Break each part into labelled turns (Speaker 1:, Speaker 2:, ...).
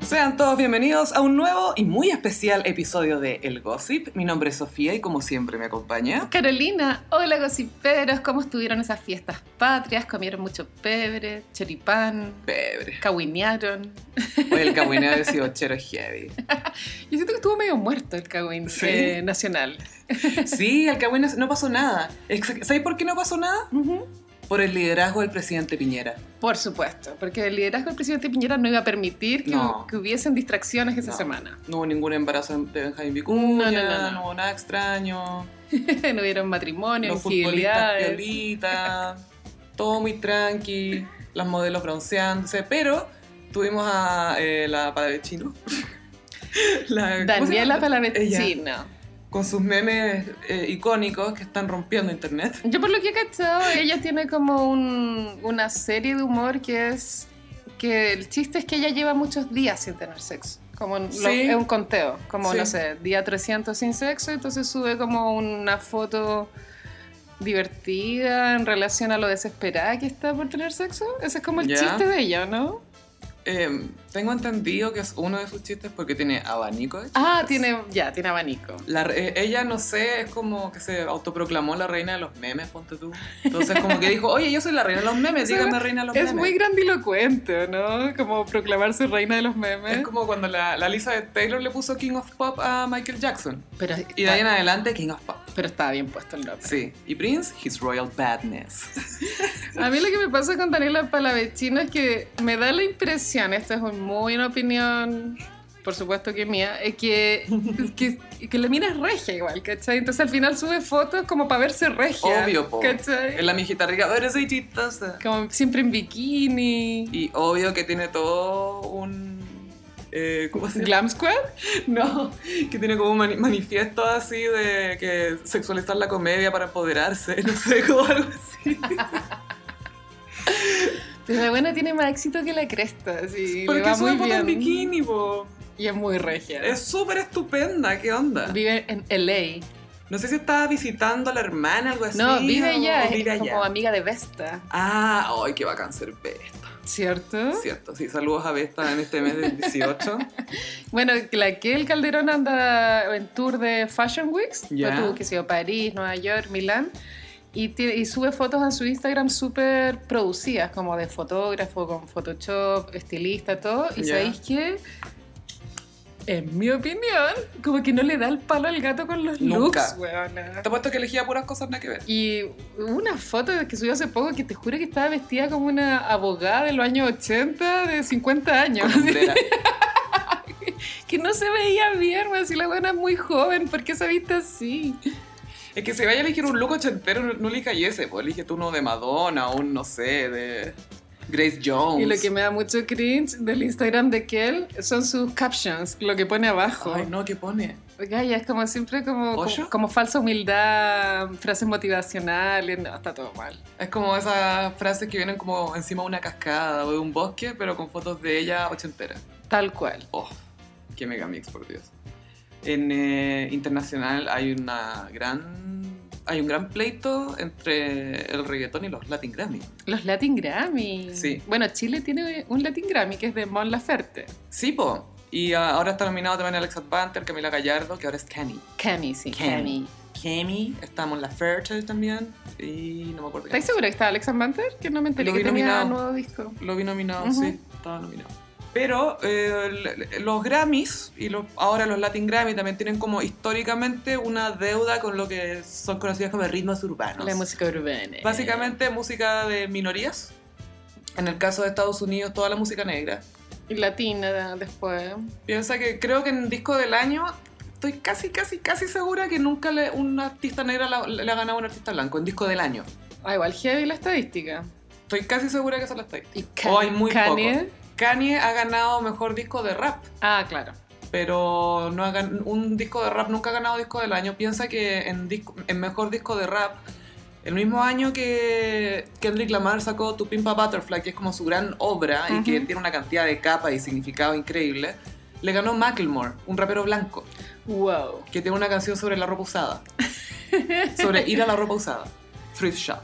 Speaker 1: Sean todos bienvenidos a un nuevo y muy especial episodio de El Gossip. Mi nombre es Sofía y como siempre me acompaña.
Speaker 2: Carolina, hola gossiperos, ¿cómo estuvieron esas fiestas patrias? ¿Comieron mucho pebre, choripán,
Speaker 1: Pebre.
Speaker 2: caguinearon?
Speaker 1: Oye, el cabuineo de Cibochero es heavy.
Speaker 2: Yo siento que estuvo medio muerto el cagüín
Speaker 1: Sí.
Speaker 2: eh, nacional.
Speaker 1: Sí, el cabuineo no pasó nada. Ex- ¿Sabes por qué no pasó nada? Por el liderazgo del presidente Piñera.
Speaker 2: Por supuesto, porque el liderazgo del presidente Piñera no iba a permitir que,
Speaker 1: No.
Speaker 2: que hubiesen distracciones esa
Speaker 1: No.
Speaker 2: semana.
Speaker 1: No hubo ningún embarazo de Benjamín Vicuña, no,
Speaker 2: No, no, no, no.
Speaker 1: hubo nada extraño,
Speaker 2: no hubieron matrimonio,
Speaker 1: los futbolistas
Speaker 2: infidelidades.
Speaker 1: piolitas, todo muy tranqui, las modelos bronceándose, pero tuvimos a eh, la Palavecino. La- ¿cómo se
Speaker 2: Daniela
Speaker 1: llama? Ella,
Speaker 2: Palavecino.
Speaker 1: Con sus memes eh, icónicos que están rompiendo internet.
Speaker 2: Yo por lo que he cachado, ella tiene como un- una serie de humor que es que el chiste es que ella lleva muchos días sin tener sexo. Como en- lo-
Speaker 1: Sí.
Speaker 2: es un conteo, como
Speaker 1: Sí.
Speaker 2: no sé, día 300 sin sexo, entonces sube como una foto divertida en relación a lo desesperada que está por tener sexo. Ese es como el
Speaker 1: Ya.
Speaker 2: chiste de ella, ¿no?
Speaker 1: Eh, tengo entendido que es uno de sus chistes porque tiene abanico de
Speaker 2: Ah,
Speaker 1: chistes.
Speaker 2: tiene, ya, tiene abanico.
Speaker 1: La re- eh, ella, no sé, es como que se autoproclamó la reina de los memes, ponte tú. Entonces como que dijo, oye, yo soy la reina de los memes,
Speaker 2: Eso
Speaker 1: dígame reina de los
Speaker 2: Es
Speaker 1: memes.
Speaker 2: muy grandilocuente, ¿no? Como proclamarse reina de los memes.
Speaker 1: Es como cuando la, la Elizabeth Taylor le puso King of Pop a Michael Jackson.
Speaker 2: pero,
Speaker 1: Y de ahí en adelante, King of Pop.
Speaker 2: pero estaba bien puesto el nombre.
Speaker 1: Sí. Y Prince, His Royal Badness.
Speaker 2: A mí lo que me pasa con Daniela Palavecino es que me da la impresión, esta es un- muy una opinión, por supuesto que mía, es que, que, que la mina es regia igual, ¿cachai? Entonces al final sube fotos como para verse regia.
Speaker 1: Obvio, po. Es
Speaker 2: ¿Cachai?
Speaker 1: la mijita rica, eres chistosa.
Speaker 2: Como siempre en bikini.
Speaker 1: Y obvio que tiene todo un... eh, ¿Cómo se llama?
Speaker 2: ¿Glam Squad?
Speaker 1: No, que tiene como un mani- manifiesto así de que sexualizar la comedia para empoderarse, no sé, como algo así.
Speaker 2: Pero la buena tiene más éxito que la cresta, sí. le
Speaker 1: Porque
Speaker 2: va
Speaker 1: sube
Speaker 2: muy
Speaker 1: foto en
Speaker 2: bien.
Speaker 1: bikini, po.
Speaker 2: Y es muy regia.
Speaker 1: Es súper estupenda, ¿qué onda?
Speaker 2: Vive en LA.
Speaker 1: No sé si estaba visitando a la hermana, algo así.
Speaker 2: No, vive
Speaker 1: o-
Speaker 2: allá,
Speaker 1: o
Speaker 2: es
Speaker 1: vive allá.
Speaker 2: como amiga de Vesta,
Speaker 1: Ah, ay, que bacán ser Besta.
Speaker 2: ¿cierto?
Speaker 1: Cierto, sí, saludos a Besta en este mes del 18.
Speaker 2: Bueno, la que el Calderón anda en tour de Fashion Weeks,
Speaker 1: Ya.
Speaker 2: Fue tú, que se a París, Nueva York, Milán, y, tiene- y sube fotos a su Instagram súper producidas, como de fotógrafo, con Photoshop, estilista, todo, y
Speaker 1: Ya.
Speaker 2: sabéis que, en mi opinión, como que no le da el palo al gato con los
Speaker 1: Nunca.
Speaker 2: looks, weona.
Speaker 1: Te he puesto que elegía puras cosas nada que ver.
Speaker 2: Y hubo una foto que subió hace poco que te juro que estaba vestida como una abogada de los años 80, de 50 años.
Speaker 1: Con hombrera.
Speaker 2: que no se veía bien, weón. Si la buena es muy joven, ¿por qué se viste así?
Speaker 1: Es que si vaya a elegir un look ochentero, no, no elija ese, pues elige tú uno de Madonna, un, no sé, de Grace Jones.
Speaker 2: Y lo que me da mucho cringe del Instagram de Kel son sus captions, lo que pone abajo.
Speaker 1: Ay, no, ¿qué pone?
Speaker 2: Gaya, es como siempre como,
Speaker 1: ¿Ocho?
Speaker 2: como, como falsa humildad, frases motivacionales, no, está todo mal.
Speaker 1: Es como esas frases que vienen como encima de una cascada o de un bosque, pero con fotos de ella ochentera.
Speaker 2: Tal cual.
Speaker 1: Oh, qué mega mix, por Dios. En eh, internacional hay una gran hay un gran pleito entre el reggaetón y los Latin Grammy.
Speaker 2: Los Latin Grammy.
Speaker 1: Sí.
Speaker 2: Bueno, Chile tiene un Latin Grammy que es de Mon Laferte.
Speaker 1: Sí, po. Y ah, ahora está nominado también Alexa Panther, Camila Gallardo, que ahora es Kenny.
Speaker 2: Cami, sí,
Speaker 1: Cami.
Speaker 2: Cami.
Speaker 1: Kemi, estamos en la Fairchild también. Y no me acuerdo
Speaker 2: ¿Estáis
Speaker 1: quién.
Speaker 2: segura que está Alex Banter? Que no me enteré
Speaker 1: Lo vi
Speaker 2: que tenía
Speaker 1: nominado.
Speaker 2: nuevo disco.
Speaker 1: Lo vi nominado,
Speaker 2: Ujú.
Speaker 1: sí, estaba nominado. Pero eh, l- los Grammys y los, ahora los Latin Grammy también tienen como históricamente una deuda con lo que son conocidas como ritmos urbanos.
Speaker 2: La música urbana.
Speaker 1: Básicamente música de minorías. En el caso de Estados Unidos, toda la música negra.
Speaker 2: Y latina después.
Speaker 1: Piensa que creo que en disco del año estoy casi, casi, casi segura que nunca le, un artista negra la- le ha ganado a un artista blanco en disco del año.
Speaker 2: Ah, igual heavy la estadística.
Speaker 1: Estoy casi segura que esa la estoy.
Speaker 2: Y
Speaker 1: Oh, hay muy
Speaker 2: Kanye.
Speaker 1: Kanye ha ganado mejor disco de rap,
Speaker 2: Ah, claro.
Speaker 1: pero no ha gan- un disco de rap nunca ha ganado disco del año. Piensa que en, disco- en mejor disco de rap, el mismo año que Kendrick Lamar sacó Tu Pimpa Butterfly, que es como su gran obra y
Speaker 2: Ujú.
Speaker 1: que tiene una cantidad de capas y significado increíble, le ganó Macklemore, un rapero blanco.
Speaker 2: Wow.
Speaker 1: que tiene una canción sobre la ropa usada. sobre ir a la ropa usada. Thrift shop.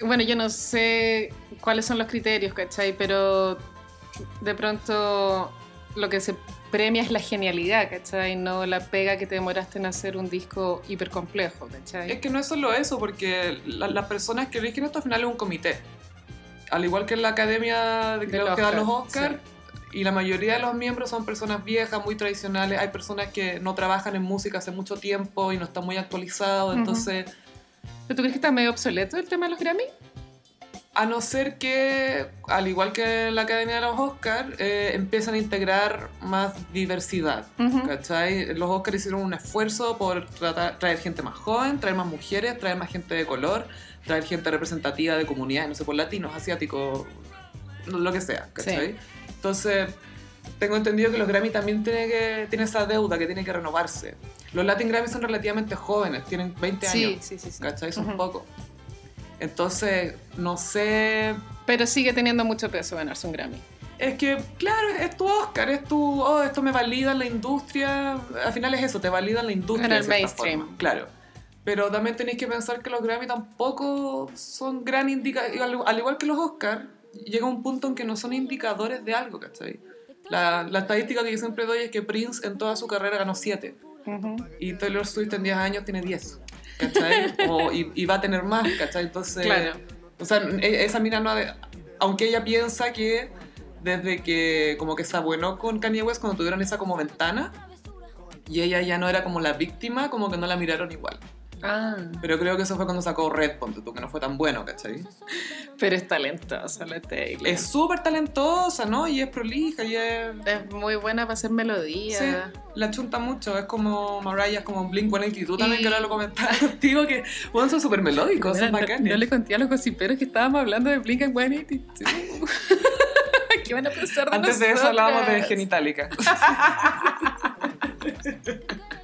Speaker 2: Bueno, yo no sé cuáles son los criterios, ¿cachai? Pero de pronto lo que se premia es la genialidad, ¿cachai? No la pega que te demoraste en hacer un disco hipercomplejo, ¿cachai?
Speaker 1: Es que no es solo eso, porque la- las personas que eligen esto al final es un comité. Al igual que en la academia de que,
Speaker 2: Del
Speaker 1: los que dan
Speaker 2: Oscar,
Speaker 1: los Oscar, y la mayoría de los miembros son personas viejas, muy tradicionales. Hay personas que no trabajan en música hace mucho tiempo y no están muy actualizados.
Speaker 2: Ujú.
Speaker 1: Entonces,
Speaker 2: ¿Pero tú crees que está medio obsoleto el tema de los Grammy?
Speaker 1: a no ser que, al igual que en la academia de los Oscar, eh, empiezan a integrar más diversidad. ¿Cachai? Los Oscars hicieron un esfuerzo por tratar- traer gente más joven, traer más mujeres, traer más gente de color, traer gente representativa de comunidades, no sé, por latinos, asiáticos, lo que sea, ¿cachai? Entonces, tengo entendido que los Grammy también tienen que, tiene esa deuda que tiene que renovarse. Los Latin Grammy son relativamente jóvenes, tienen 20
Speaker 2: Sí,
Speaker 1: años,
Speaker 2: sí, sí, sí.
Speaker 1: ¿cachai? Son
Speaker 2: Ujú.
Speaker 1: poco. Entonces, no sé
Speaker 2: Pero sigue teniendo mucho peso ganarse un Grammy.
Speaker 1: es que, claro, es tu Oscar, es tu, oh, esto me valida en la industria. Al final es eso, te valida en la industria.
Speaker 2: En el
Speaker 1: de cierta
Speaker 2: mainstream.
Speaker 1: forma, claro. Pero también tenéis que pensar que los Grammy tampoco son gran indicador. Al igual que los Oscar, llega un punto en que no son indicadores de algo, ¿cachai? La, la estadística que yo siempre doy es que Prince en toda su carrera ganó 7
Speaker 2: Ujú.
Speaker 1: y Taylor Swift en 10 años tiene 10, ¿cachai? O- y, y va a tener más, ¿cachai? Entonces,
Speaker 2: Claro.
Speaker 1: o sea, e- esa mina no ha de- aunque ella piensa que desde que como que se abuenó con Kanye West cuando tuvieron esa como ventana y ella ya no era como la víctima, como que no la miraron igual.
Speaker 2: Ah.
Speaker 1: Pero creo que eso fue cuando sacó Red, ponte tú, que no fue tan bueno, ¿cachai?
Speaker 2: Pero es talentosa la Taylor.
Speaker 1: Es súper talentosa, ¿no? Y es prolija y es...
Speaker 2: Es muy buena para hacer melodía.
Speaker 1: Sí, la chunta mucho, es como Mariah, es como Blink 182 también,
Speaker 2: Y-
Speaker 1: que ahora lo comentaba contigo, que bueno, son súper melódicos,
Speaker 2: Mira,
Speaker 1: son
Speaker 2: no,
Speaker 1: bacanes.
Speaker 2: no le conté a los gossiperos que estábamos hablando de Blink 182. ¿Qué van a pensar de
Speaker 1: Antes de eso hablábamos de
Speaker 2: nosotras?
Speaker 1: genitálica.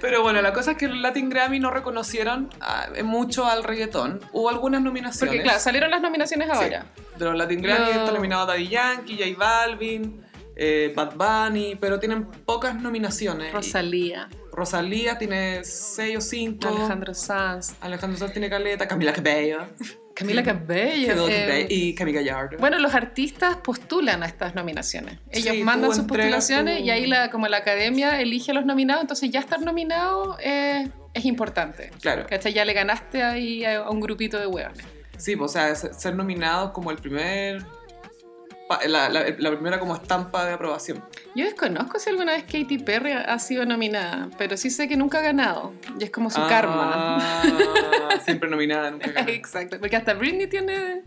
Speaker 1: Pero bueno, la cosa es que los Latin Grammy no reconocieron ah, mucho al reggaetón. Hubo algunas nominaciones.
Speaker 2: Porque claro, salieron las nominaciones
Speaker 1: Sí.
Speaker 2: ahora.
Speaker 1: De los Latin Grammy
Speaker 2: No.
Speaker 1: está nominado Daddy Yankee, J Balvin, eh, Bad Bunny, pero tienen pocas nominaciones.
Speaker 2: Rosalía,
Speaker 1: Rosalía tiene 6 o 5.
Speaker 2: Alejandro Sanz,
Speaker 1: Alejandro Sanz tiene caleta, Camila Cabello,
Speaker 2: Camila Cabello.
Speaker 1: Carol Bay
Speaker 2: eh,
Speaker 1: y Camila Gallardo.
Speaker 2: bueno, los artistas postulan a estas nominaciones. Ellos
Speaker 1: Sí,
Speaker 2: mandan
Speaker 1: tú
Speaker 2: sus
Speaker 1: entregas
Speaker 2: postulaciones
Speaker 1: tu-
Speaker 2: y ahí la, como la academia elige a los nominados, entonces ya estar nominado eh, es importante.
Speaker 1: claro.
Speaker 2: ¿Cachai? Ya le ganaste ahí a a un grupito de hueones.
Speaker 1: Sí, pues, o sea, se- ser nominado como el primer. pa- La, la- la primera como estampa de aprobación.
Speaker 2: Yo desconozco si alguna vez Katy Perry ha sido nominada, pero sí sé que nunca ha ganado. Y es como su
Speaker 1: Ah,
Speaker 2: karma.
Speaker 1: Siempre nominada, nunca ganada.
Speaker 2: Exacto, porque hasta Britney tiene,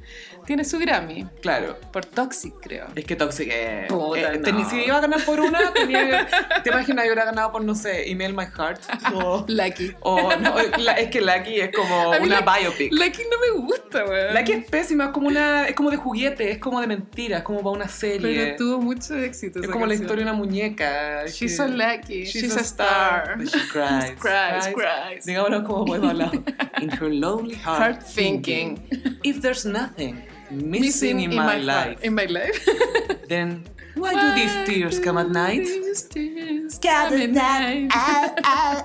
Speaker 2: tiene su Grammy,
Speaker 1: Claro.
Speaker 2: por Toxic, creo.
Speaker 1: Es que Toxic es.
Speaker 2: Puta,
Speaker 1: eh, ten-
Speaker 2: no.
Speaker 1: Si iba a ganar por una, tenía, te imaginas, yo hubiera ganado por, no sé, Email My Heart. O,
Speaker 2: Lucky.
Speaker 1: o no, la- es que Lucky es como
Speaker 2: Oh. A mí
Speaker 1: una
Speaker 2: la-
Speaker 1: biopic.
Speaker 2: Lucky no me gusta, weón.
Speaker 1: Lucky es pésima, es como, una, es como de juguete, es como de mentira, es como para una serie.
Speaker 2: Pero tuvo mucho éxito.
Speaker 1: es
Speaker 2: esa
Speaker 1: como la
Speaker 2: canción.
Speaker 1: historia de una muñeca. es
Speaker 2: She's
Speaker 1: que-
Speaker 2: so lucky. She's, a, star.
Speaker 1: But she cries.
Speaker 2: Cries, cries.
Speaker 1: Digámoslo como podemos hablar. In her lonely heart,
Speaker 2: Heart thinking.
Speaker 1: If there's nothing missing, in, my, life,
Speaker 2: In my life.
Speaker 1: then why do these tears come at night?
Speaker 2: These tears come at night.
Speaker 1: Ah,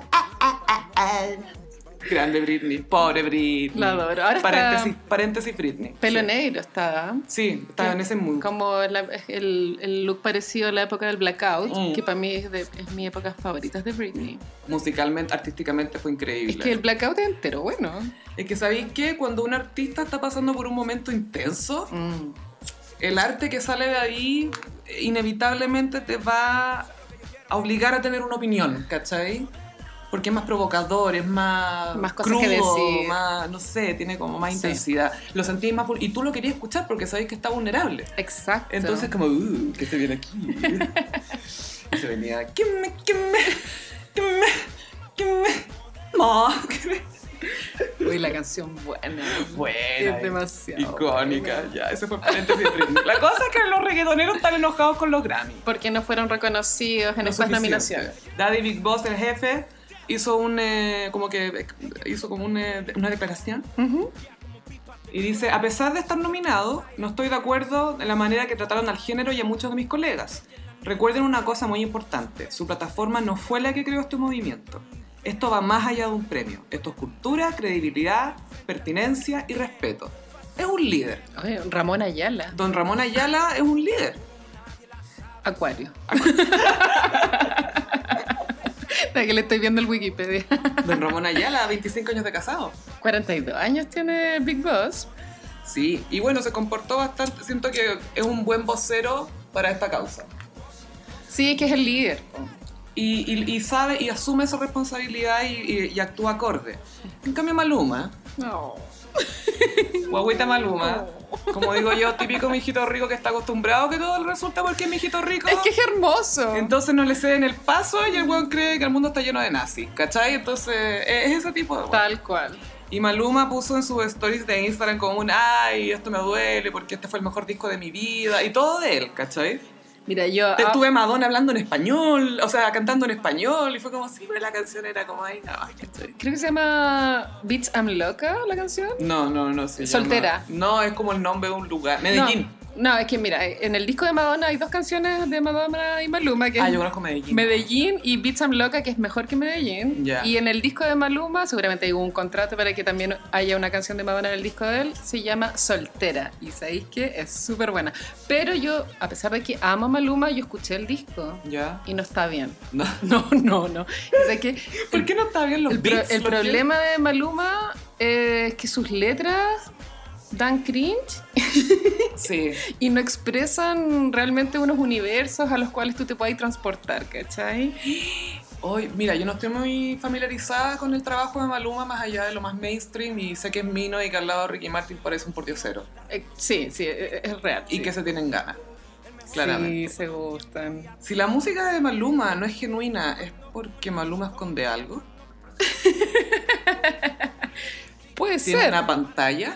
Speaker 1: Grande Britney, pobre Britney.
Speaker 2: La adoro. Ahora está-
Speaker 1: paréntesis, paréntesis Britney.
Speaker 2: Pelo
Speaker 1: sí.
Speaker 2: negro estaba.
Speaker 1: Sí, estaba en ese mood.
Speaker 2: Como la- el, el look parecido a la época del blackout,
Speaker 1: Mm.
Speaker 2: que para mí es, de, es mi época favorita de Britney.
Speaker 1: Musicalmente, artísticamente fue increíble.
Speaker 2: Es que el blackout es entero bueno.
Speaker 1: Es que, ¿sabéis qué? Cuando un artista está pasando por un momento intenso, el arte que sale de ahí eh, inevitablemente te va a obligar a tener una opinión, ¿cachai? Porque es más provocador, es más,
Speaker 2: Más cosas que decir.
Speaker 1: más, no sé, tiene como más
Speaker 2: Sí.
Speaker 1: intensidad. Lo sentís más... vul- Y tú lo querías escuchar porque sabéis que está vulnerable.
Speaker 2: Exacto.
Speaker 1: Entonces como, uh, ¿qué se viene aquí? se venía, ¿qué me, qué me, qué me, qué me, ma, qué me?
Speaker 2: Uy, la canción buena.
Speaker 1: Buena. eh.
Speaker 2: Es demasiado
Speaker 1: Icónica, ya. Eso fue paréntesis. Britney. La cosa es que los reggaetoneros están enojados con los Grammy.
Speaker 2: Porque no fueron reconocidos en
Speaker 1: No
Speaker 2: estas
Speaker 1: suficiente.
Speaker 2: nominaciones.
Speaker 1: Daddy Big Boss, el jefe, hizo un eh, como que hizo como un, eh, una declaración
Speaker 2: Ujú.
Speaker 1: y dice, a pesar de estar nominado, no estoy de acuerdo en la manera que trataron al género y a muchos de mis colegas. Recuerden una cosa muy importante, su plataforma no fue la que creó este movimiento. Esto va más allá de un premio. Esto es cultura, credibilidad, pertinencia y respeto. Es un líder.
Speaker 2: Oye, Ramón Ayala.
Speaker 1: Don Ramón Ayala es un líder.
Speaker 2: Acuario. La que le estoy viendo el Wikipedia.
Speaker 1: Don Ramón Ayala, 25 años de casado.
Speaker 2: 42 años tiene Big Boss.
Speaker 1: Sí, y bueno, se comportó bastante. Siento que es un buen vocero para esta causa.
Speaker 2: Sí, es que es el líder. po.
Speaker 1: Y, y- y sabe y asume su responsabilidad y, y- y actúa acorde. En cambio, Maluma, guagüita Maluma, como digo yo, típico mijito rico que está acostumbrado que todo le resulta porque es mijito rico.
Speaker 2: Es que es hermoso.
Speaker 1: Entonces no le ceden el paso y el weón cree que el mundo está lleno de nazis, ¿cachai? Entonces es es ese tipo de weón.
Speaker 2: Tal cual.
Speaker 1: Y Maluma puso en sus stories de Instagram como un ay, esto me duele porque este fue el mejor disco de mi vida y todo de él, ¿cachai?
Speaker 2: Mira, yo.
Speaker 1: Te
Speaker 2: ah,
Speaker 1: tuve Madonna hablando en español, o sea, cantando en español y fue como, sí, pero la canción era como ay, no, ¿cachai?
Speaker 2: Creo que se llama Bitch I'm Loca la canción.
Speaker 1: No, no, no. se
Speaker 2: Soltera.
Speaker 1: llama- No, es como el nombre de un lugar. Medellín.
Speaker 2: No, no, es que mira, en el disco de Madonna hay dos canciones de Madonna y Maluma que
Speaker 1: Ah,
Speaker 2: es
Speaker 1: yo conozco Medellín.
Speaker 2: Medellín y Beats I'm Loca, que es mejor que Medellín.
Speaker 1: Ya.
Speaker 2: Y en el disco de Maluma, seguramente hay un contrato para que también haya una canción de Madonna en el disco de él, se llama Soltera. Y sabéis que es súper buena. Pero yo, a pesar de que amo a Maluma, yo escuché el disco
Speaker 1: ya.
Speaker 2: y no está bien.
Speaker 1: No.
Speaker 2: No, no, no. O sea que
Speaker 1: ¿Por qué no está bien los
Speaker 2: el, pro-
Speaker 1: beats?
Speaker 2: el
Speaker 1: lo que-
Speaker 2: problema de Maluma eh, es que sus letras dan cringe
Speaker 1: Sí.
Speaker 2: y no expresan realmente unos universos a los cuales tú te puedes transportar, ¿cachai?
Speaker 1: Hoy, mira, yo no estoy muy familiarizada con el trabajo de Maluma más allá de lo más mainstream y sé que es Mino y que al lado de Ricky Martin parece un pordiosero
Speaker 2: Eh, sí, sí, eh, es real.
Speaker 1: y
Speaker 2: sí.
Speaker 1: que se tienen ganas, claramente.
Speaker 2: Sí, se gustan.
Speaker 1: Si la música de Maluma no es genuina, ¿es porque Maluma esconde algo?
Speaker 2: Puede
Speaker 1: ¿Tiene
Speaker 2: ser.
Speaker 1: una pantalla?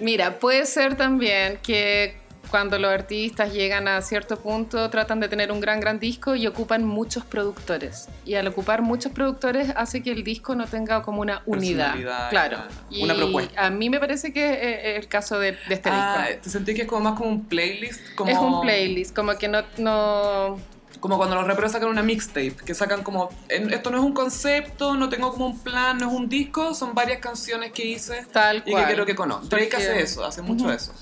Speaker 2: Mira, puede ser también que cuando los artistas llegan a cierto punto tratan de tener un gran, gran disco y ocupan muchos productores. Y al ocupar muchos productores hace que el disco no tenga como una unidad.
Speaker 1: Personalidad,
Speaker 2: Claro.
Speaker 1: claro.
Speaker 2: Y
Speaker 1: Una propuesta.
Speaker 2: A mí me parece que es, es el caso de, de este
Speaker 1: Ah,
Speaker 2: disco.
Speaker 1: te sentí que es como más como un playlist, como,
Speaker 2: Es un playlist, como que no... no...
Speaker 1: como cuando los raperos sacan una mixtape, que sacan como, en- esto no es un concepto, no tengo como un plan, no es un disco, son varias canciones que hice
Speaker 2: Tal
Speaker 1: y que
Speaker 2: cual.
Speaker 1: quiero que conozcan. Drake
Speaker 2: Porque-
Speaker 1: hace eso, hace mucho eso.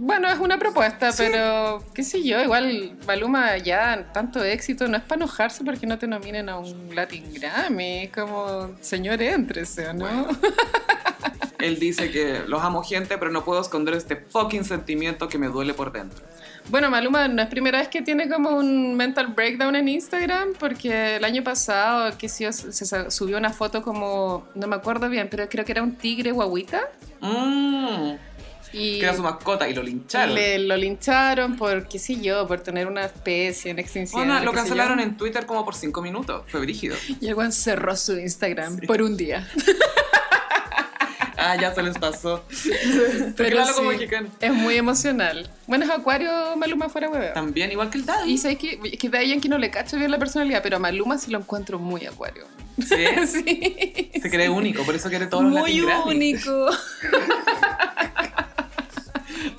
Speaker 2: Bueno, es una propuesta,
Speaker 1: Sí.
Speaker 2: pero qué sé yo, igual Maluma ya tanto éxito, no es para enojarse porque no te nominen a un Latin Grammy, es como señor éntrese, ¿o ¿no?
Speaker 1: Bueno. Él dice que los amo gente, pero no puedo esconder este fucking sentimiento que me duele por dentro.
Speaker 2: Bueno, Maluma no es primera vez que tiene como un mental breakdown en Instagram porque el año pasado, qué sé yo, se sa- subió una foto como, no me acuerdo bien, pero creo que era un tigre guaguita
Speaker 1: Mm,
Speaker 2: y
Speaker 1: que era su mascota y lo lincharon.
Speaker 2: le- lo lincharon por, qué sé yo, por tener una especie en extinción.
Speaker 1: Bueno, lo
Speaker 2: qué sé yo.
Speaker 1: cancelaron en Twitter como por 5 minutos. Fue brígido.
Speaker 2: Y el weón cerró su Instagram
Speaker 1: Sí.
Speaker 2: por un día.
Speaker 1: Ah, ya se les pasó.
Speaker 2: Pero
Speaker 1: Pero como
Speaker 2: sí,
Speaker 1: mexicano.
Speaker 2: es muy emocional. Bueno, es Acuario, Maluma fuera hueveo.
Speaker 1: También, igual que el Daddy.
Speaker 2: Y sabes que, que de ahí en que no le cacho bien la personalidad, pero a Maluma sí lo encuentro muy Acuario.
Speaker 1: Sí,
Speaker 2: Sí.
Speaker 1: se cree único, por eso quiere todos los
Speaker 2: Muy
Speaker 1: Latin Grammy.
Speaker 2: único. Es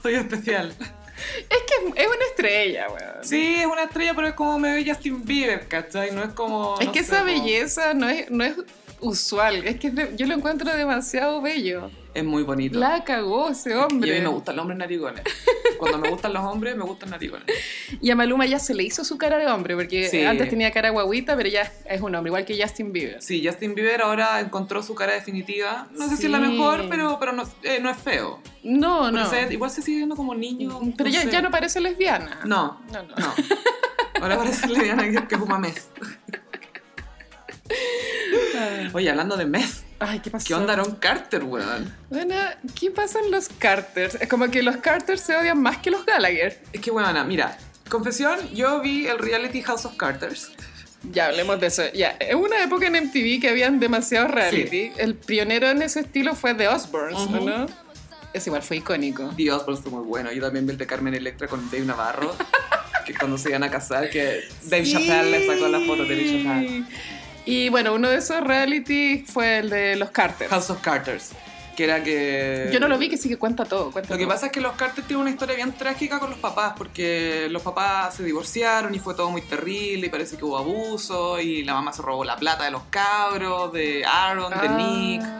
Speaker 1: Soy especial.
Speaker 2: que es una estrella, weón.
Speaker 1: Sí, es una estrella, pero es como me ve Justin Bieber, ¿cachai? No es como...
Speaker 2: es
Speaker 1: no
Speaker 2: que
Speaker 1: sé,
Speaker 2: esa
Speaker 1: como-
Speaker 2: belleza no es, no es usual. Es que de- yo lo encuentro demasiado bello.
Speaker 1: Es muy bonito.
Speaker 2: La cagó ese
Speaker 1: Y a
Speaker 2: hombre.
Speaker 1: mí me gustan los hombres narigones. Cuando me gustan los hombres, me gustan narigones.
Speaker 2: Y a Maluma ya se le hizo su cara de hombre, porque
Speaker 1: Sí.
Speaker 2: antes tenía cara guaguita, pero ya es un hombre, igual que Justin Bieber.
Speaker 1: Sí, Justin Bieber ahora encontró su cara definitiva. No sé
Speaker 2: Sí.
Speaker 1: si es la mejor, pero, pero no, eh, no es feo.
Speaker 2: No,
Speaker 1: Pero
Speaker 2: no.
Speaker 1: se- igual se sigue viendo como niño.
Speaker 2: Pero ya,
Speaker 1: sé.
Speaker 2: ya no parece lesbiana.
Speaker 1: No,
Speaker 2: No, no.
Speaker 1: no. Ahora parece lesbiana que, que fuma mes. Oye, hablando de mes,
Speaker 2: Ay, ¿qué pasó?
Speaker 1: ¿qué onda Aaron Carter, weón?
Speaker 2: Bueno, ¿qué pasa en los Carters? Es como que los Carters se odian más que los Gallagher.
Speaker 1: Es que, weona, mira, confesión, yo vi el reality House of Carters.
Speaker 2: Ya hablemos de eso. Ya, es una época en MTV que habían demasiados reality. El pionero en ese estilo fue The Osbournes,
Speaker 1: Ujú.
Speaker 2: ¿no? Es igual, fue icónico.
Speaker 1: Dios, por fue muy bueno. Yo también vi el de Carmen Electra con Dave Navarro, que cuando se iban a casar, que Dave
Speaker 2: Sí.
Speaker 1: Chappelle le sacó la foto de Dave Chappelle.
Speaker 2: Y bueno, uno de esos reality fue el de los Carters.
Speaker 1: House of Carters, que era que...
Speaker 2: Yo no lo vi, que sí que cuenta todo. Cuenta
Speaker 1: Lo que
Speaker 2: todo.
Speaker 1: pasa es que los Carter tienen una historia bien trágica con los papás, porque los papás se divorciaron y fue todo muy terrible y parece que hubo abuso y la mamá se robó la plata de los cabros, de Aaron, de
Speaker 2: Ah.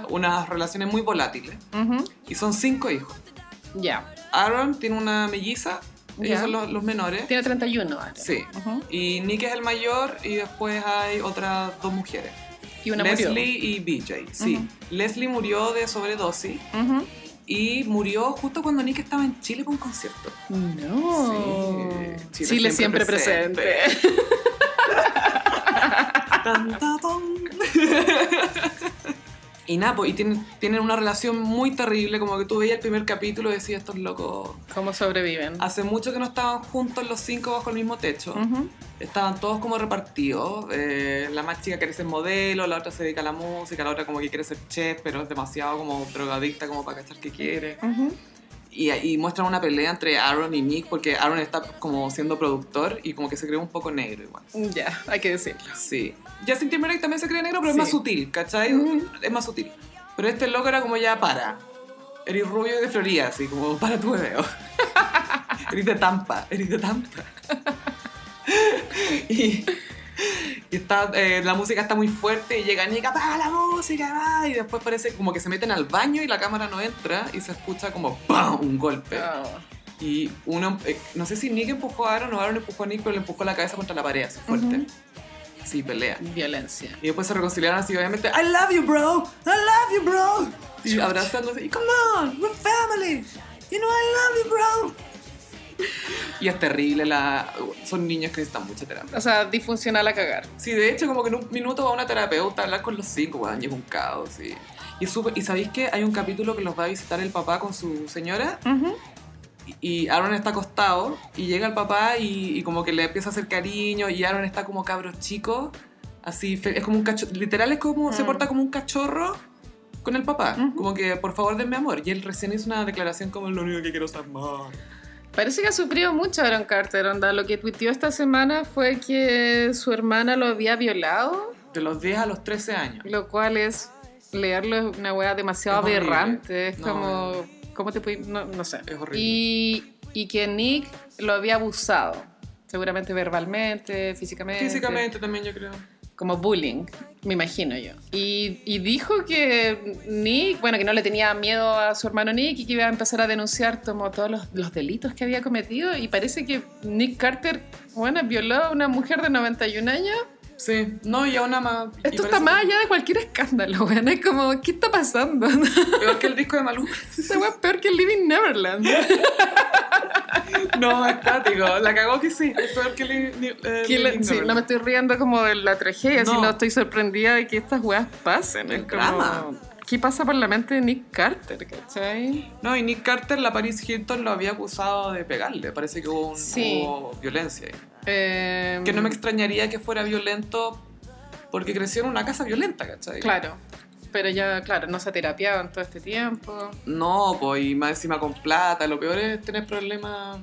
Speaker 1: Nick, unas relaciones muy volátiles.
Speaker 2: Ujú.
Speaker 1: Y son cinco hijos.
Speaker 2: Ya.
Speaker 1: Aaron tiene una melliza Ellos
Speaker 2: Ya.
Speaker 1: son los, los menores.
Speaker 2: Tiene 31 ahora.
Speaker 1: Sí.
Speaker 2: Ujú.
Speaker 1: Y Nick es el mayor y después hay otras dos mujeres.
Speaker 2: Y una
Speaker 1: Leslie
Speaker 2: murió.
Speaker 1: y BJ. Sí.
Speaker 2: Ujú.
Speaker 1: Leslie murió de sobredosis
Speaker 2: Ujú.
Speaker 1: y murió justo cuando Nick estaba en Chile con concierto.
Speaker 2: No.
Speaker 1: Sí, Chile
Speaker 2: Chile,
Speaker 1: siempre
Speaker 2: siempre, presente.
Speaker 1: Tan, ta, ton. y nada, pues, y tienen, tienen una relación muy terrible, como que tú veías el primer capítulo y decías, estos locos,
Speaker 2: ¿Cómo sobreviven?
Speaker 1: hace mucho que no estaban juntos los cinco bajo el mismo techo,
Speaker 2: Ujú.
Speaker 1: estaban todos como repartidos, eh, la más chica quiere ser modelo, la otra se dedica a la música, la otra como que quiere ser chef, pero es demasiado como drogadicta como para cachar que quiere.
Speaker 2: Ujú.
Speaker 1: Y, y muestran una pelea entre Aaron y Nick, porque Aaron está como siendo productor y como que se cree un poco negro igual.
Speaker 2: Mm, Ya, hay que decirlo.
Speaker 1: Sí. Justin Timberlake también se cree negro, pero
Speaker 2: Sí.
Speaker 1: es más sutil, ¿cachai? Es más sutil. Pero este loco era como ya para. Eres rubio de Florida, así como para tu bebeo. eres de Tampa, eres de Tampa. y y está, eh, la música está muy fuerte y llega Nick, apaga la música, va", Y después parece como que se meten al baño y la cámara no entra y se escucha como ¡pam! un golpe.
Speaker 2: Ah.
Speaker 1: Y uno, eh, no sé si Nick empujó a Aaron o Aaron empujó a Nick, pero le empujó la cabeza contra la pared así fuerte.
Speaker 2: Ujú.
Speaker 1: Sí, pelea.
Speaker 2: Violencia.
Speaker 1: Y después se reconciliaron así, obviamente, I love you, bro, I love you, bro. Y abrazándose, y come on, we're family, you know I love you, bro. Y es terrible, la... son niños que necesitan mucha terapia.
Speaker 2: O sea, disfuncional a cagar.
Speaker 1: Sí, de hecho, como que en un minuto va una terapeuta a hablar con los cinco, weón, y es un caos, sí. Y, es súper- y sabéis que hay un capítulo que los va a visitar el papá con su señora
Speaker 2: Ujú.
Speaker 1: y Aaron está acostado y llega el papá y, y como que le empieza a hacer cariño y Aaron está como cabros chico, así, fe- es como un cachorro, literal es como, se
Speaker 2: Mm.
Speaker 1: porta como un cachorro con el papá,
Speaker 2: Ujú.
Speaker 1: como que por favor denme amor. Y él recién hizo una declaración como lo único que quiero es amor.
Speaker 2: Parece que ha sufrido mucho Aaron Carter, onda. Lo que tuiteó esta semana fue que su hermana lo había violado,
Speaker 1: De los 10 a los 13 años.
Speaker 2: lo cual es leerlo es eh. una wea demasiado
Speaker 1: Es horrible.
Speaker 2: aberrante. Es
Speaker 1: No.
Speaker 2: como, ¿cómo te puede- no, no sé.
Speaker 1: Es horrible.
Speaker 2: Y, y que Nick lo había abusado, seguramente verbalmente, físicamente.
Speaker 1: Físicamente también yo creo.
Speaker 2: como bullying, me imagino yo. Y, y dijo que Nick, bueno, que no le tenía miedo a su hermano Nick y que iba a empezar a denunciar como todos los, los delitos que había cometido. Y parece que Nick Carter, bueno, violó a una mujer de 91 años.
Speaker 1: Sí, no, y a una más... y
Speaker 2: Esto está
Speaker 1: parece-
Speaker 2: más allá de cualquier escándalo, bueno, es como, ¿qué está pasando?
Speaker 1: Peor que el disco de Malú.
Speaker 2: Esta weá es peor que Living Neverland.
Speaker 1: No, estático. La cagó que sí. Es peor que el... eh,
Speaker 2: Que la-
Speaker 1: el-
Speaker 2: sí, no me estoy riendo como de la tragedia,
Speaker 1: No.
Speaker 2: sino estoy sorprendida de que estas weas pasen.
Speaker 1: El
Speaker 2: es
Speaker 1: drama.
Speaker 2: como, ¿Qué pasa por la mente de Nick Carter? ¿Cachai?
Speaker 1: No, y Nick Carter, la Paris Hilton lo había acusado de pegarle. Parece que hubo, un-
Speaker 2: Sí.
Speaker 1: hubo violencia. ahí.
Speaker 2: Eh,
Speaker 1: Que no me extrañaría que fuera violento porque creció en una casa violenta, ¿cachai?
Speaker 2: Claro, pero ya, claro, no se ha terapiado en todo este tiempo.
Speaker 1: No, pues, y más encima con plata. Lo peor es tener problemas.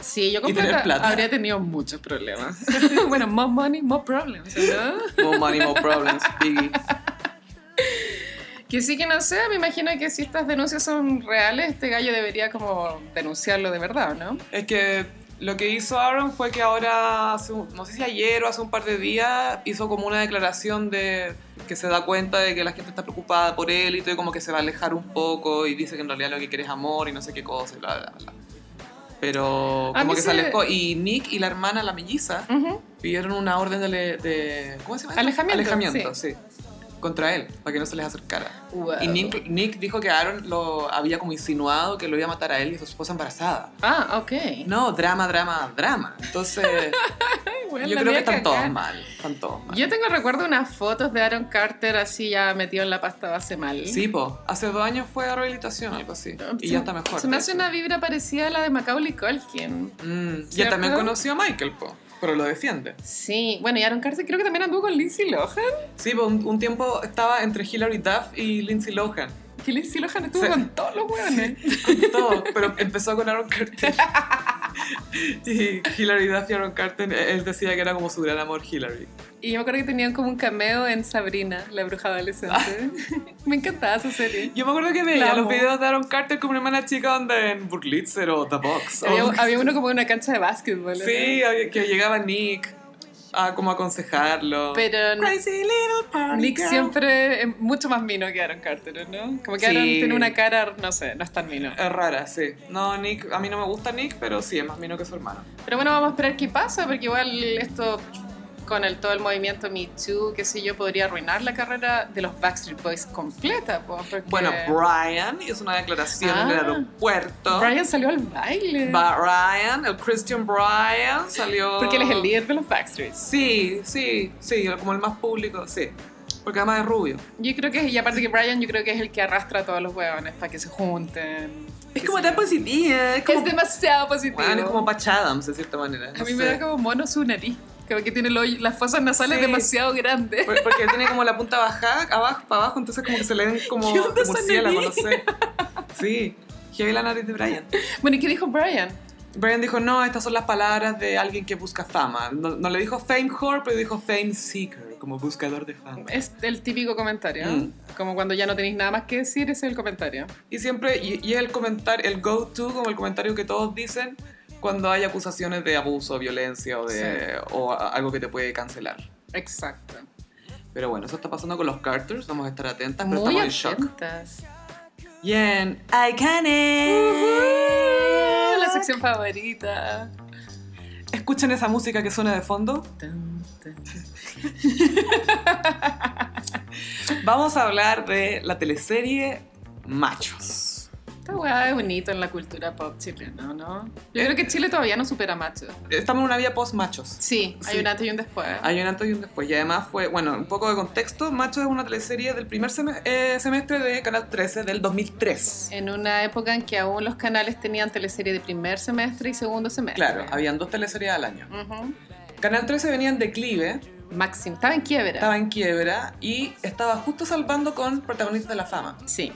Speaker 2: Sí, yo con
Speaker 1: Y tener
Speaker 2: plata
Speaker 1: plata.
Speaker 2: habría tenido muchos problemas. bueno, more money, more problems, ¿no?
Speaker 1: More money, more problems, Biggie.
Speaker 2: Que sí que no sé, me imagino que si estas denuncias son reales, este gallo debería como denunciarlo de verdad, ¿no?
Speaker 1: Es que lo que hizo Aaron fue que ahora, hace un- no sé si ayer o hace un par de días, hizo como una declaración de que se da cuenta de que la gente está preocupada por él y todo, y como que se va a alejar un poco y dice que en realidad lo que quiere es amor y no sé qué cosa y bla, bla, bla. Pero
Speaker 2: A
Speaker 1: como
Speaker 2: mí
Speaker 1: que se
Speaker 2: se-
Speaker 1: alejó. Y Nick y la hermana, la melliza,
Speaker 2: Ujú.
Speaker 1: pidieron una orden de, le- de- ¿Cómo se llama? esto?
Speaker 2: Alejamiento,
Speaker 1: Alejamiento, sí. Contra él, para que no se les acercara.
Speaker 2: Wow.
Speaker 1: Y Nick, Nick dijo que Aaron lo había como insinuado que lo iba a matar a él y a su esposa embarazada.
Speaker 2: Ah, ok.
Speaker 1: No, drama, drama, drama. Entonces,
Speaker 2: Ay, bueno,
Speaker 1: yo
Speaker 2: la
Speaker 1: creo que
Speaker 2: voy a
Speaker 1: están
Speaker 2: cagar.
Speaker 1: todos mal. Están todos mal.
Speaker 2: Yo tengo recuerdo unas fotos de Aaron Carter así ya metido en la pasta base mal.
Speaker 1: Sí, po. Hace dos años fue a rehabilitación, algo así. Y
Speaker 2: Se-
Speaker 1: ya está mejor.
Speaker 2: Se me
Speaker 1: de
Speaker 2: hace
Speaker 1: hecho.
Speaker 2: una vibra parecida a la de Macaulay Culkin.
Speaker 1: Mm, y él
Speaker 2: ¿Cierto?
Speaker 1: también conoció a Michael, po. Pero lo defiende.
Speaker 2: Sí, bueno, y Aaron Carter creo que también anduvo con Lindsay Lohan.
Speaker 1: Sí, po. Un, un tiempo estaba entre Hilary Duff y Lindsay Lohan.
Speaker 2: Que Lindsay Lohan estuvo
Speaker 1: Sí.
Speaker 2: con todos los hueones.
Speaker 1: Con todo. pero empezó con Aaron Carter. y Hilary Duff y Aaron Carter, eh, él decía que era como su gran amor Hilary.
Speaker 2: Y yo me acuerdo que tenían como un cameo en Sabrina, la bruja adolescente.
Speaker 1: Ah.
Speaker 2: me encantaba esa serie.
Speaker 1: Yo me acuerdo que
Speaker 2: La
Speaker 1: veía
Speaker 2: amo.
Speaker 1: los videos de Aaron Carter como una hermana chica donde en Burlitzer o The Box. o-
Speaker 2: Había, había uno como en una cancha de básquetbol.
Speaker 1: Sí, había- que llegaba Nick. a como aconsejarlo.
Speaker 2: Pero no-
Speaker 1: Crazy little party
Speaker 2: Nick
Speaker 1: girl.
Speaker 2: siempre es mucho más mino que Aaron Carter, ¿no? Como que
Speaker 1: Sí.
Speaker 2: Aaron tiene una cara, no sé, no es tan mino.
Speaker 1: Es rara, sí. No, Nick, a mí no me gusta Nick, pero sí, es más mino que su hermano.
Speaker 2: Pero bueno, vamos a esperar qué pasa, porque igual esto con el, todo el movimiento Me Too, qué sé yo, podría arruinar la carrera de los Backstreet Boys completa. po, porque
Speaker 1: Bueno, Brian hizo una declaración en el
Speaker 2: Ah.
Speaker 1: aeropuerto.
Speaker 2: Brian salió al baile.
Speaker 1: Brian, el Christian Brian salió.
Speaker 2: porque él es el líder de los Backstreets.
Speaker 1: Sí, sí, sí, como el más público, sí. Porque además es rubio.
Speaker 2: Yo creo que, y aparte que Brian, yo creo que es el que arrastra a todos los huevones para que se junten.
Speaker 1: Es
Speaker 2: Qué
Speaker 1: como
Speaker 2: sé
Speaker 1: tan
Speaker 2: yo.
Speaker 1: positivo. Es como,
Speaker 2: Es demasiado positivo.
Speaker 1: Bueno, es como Patch Adams, de cierta manera.
Speaker 2: a
Speaker 1: no
Speaker 2: mí me
Speaker 1: sé.
Speaker 2: da como mono su nariz. Como que tiene el hoyo- las fosas nasales
Speaker 1: Sí.
Speaker 2: demasiado grandes.
Speaker 1: Por- Porque él tiene como la punta bajada, abajo, para abajo, entonces como que se le ven como
Speaker 2: ¿Qué onda esa
Speaker 1: murciélago, no
Speaker 2: nariz?
Speaker 1: sé. Sí, heavy la nariz de Brian.
Speaker 2: Bueno, ¿y qué dijo Brian?
Speaker 1: Brian dijo, no, estas son las palabras de alguien que busca fama. No, no le dijo fame whore, pero dijo fame seeker, como buscador de fama.
Speaker 2: Es el típico comentario.
Speaker 1: Mm.
Speaker 2: Como cuando ya no tenéis nada más que decir, ese es el comentario.
Speaker 1: Y siempre, y, y es el comentario, el go-to, como el comentario que todos dicen cuando hay acusaciones de abuso, violencia o, de, o a- algo que te puede cancelar.
Speaker 2: Exacto.
Speaker 1: Pero bueno, eso está pasando con los Carters, vamos a estar atentas, pero
Speaker 2: Muy
Speaker 1: estamos en shock.
Speaker 2: atentas.
Speaker 1: Y en Iconic.
Speaker 2: Ah, La sección favorita.
Speaker 1: Escuchen esa música que suena de fondo.
Speaker 2: Tan, tan.
Speaker 1: Vamos a hablar de la teleserie Machos.
Speaker 2: Esta weá es bonito en la cultura pop chilena, ¿no? Yo creo que Chile todavía no supera a macho.
Speaker 1: Estamos en una vida post-machos.
Speaker 2: Sí, hay
Speaker 1: Sí.
Speaker 2: un antes y un después.
Speaker 1: Hay un antes y un después. Y además fue, bueno, un poco de contexto. Machos es una teleserie del primer seme- eh, semestre de Canal 13 del 2003.
Speaker 2: En una época en que aún los canales tenían teleserie de primer semestre y segundo semestre.
Speaker 1: Claro, habían dos teleseries al año.
Speaker 2: Ujú.
Speaker 1: Canal 13 venía en declive,
Speaker 2: Maxim, estaba en quiebra.
Speaker 1: estaba en quiebra y estaba justo salvando con protagonistas de la fama.
Speaker 2: Sí.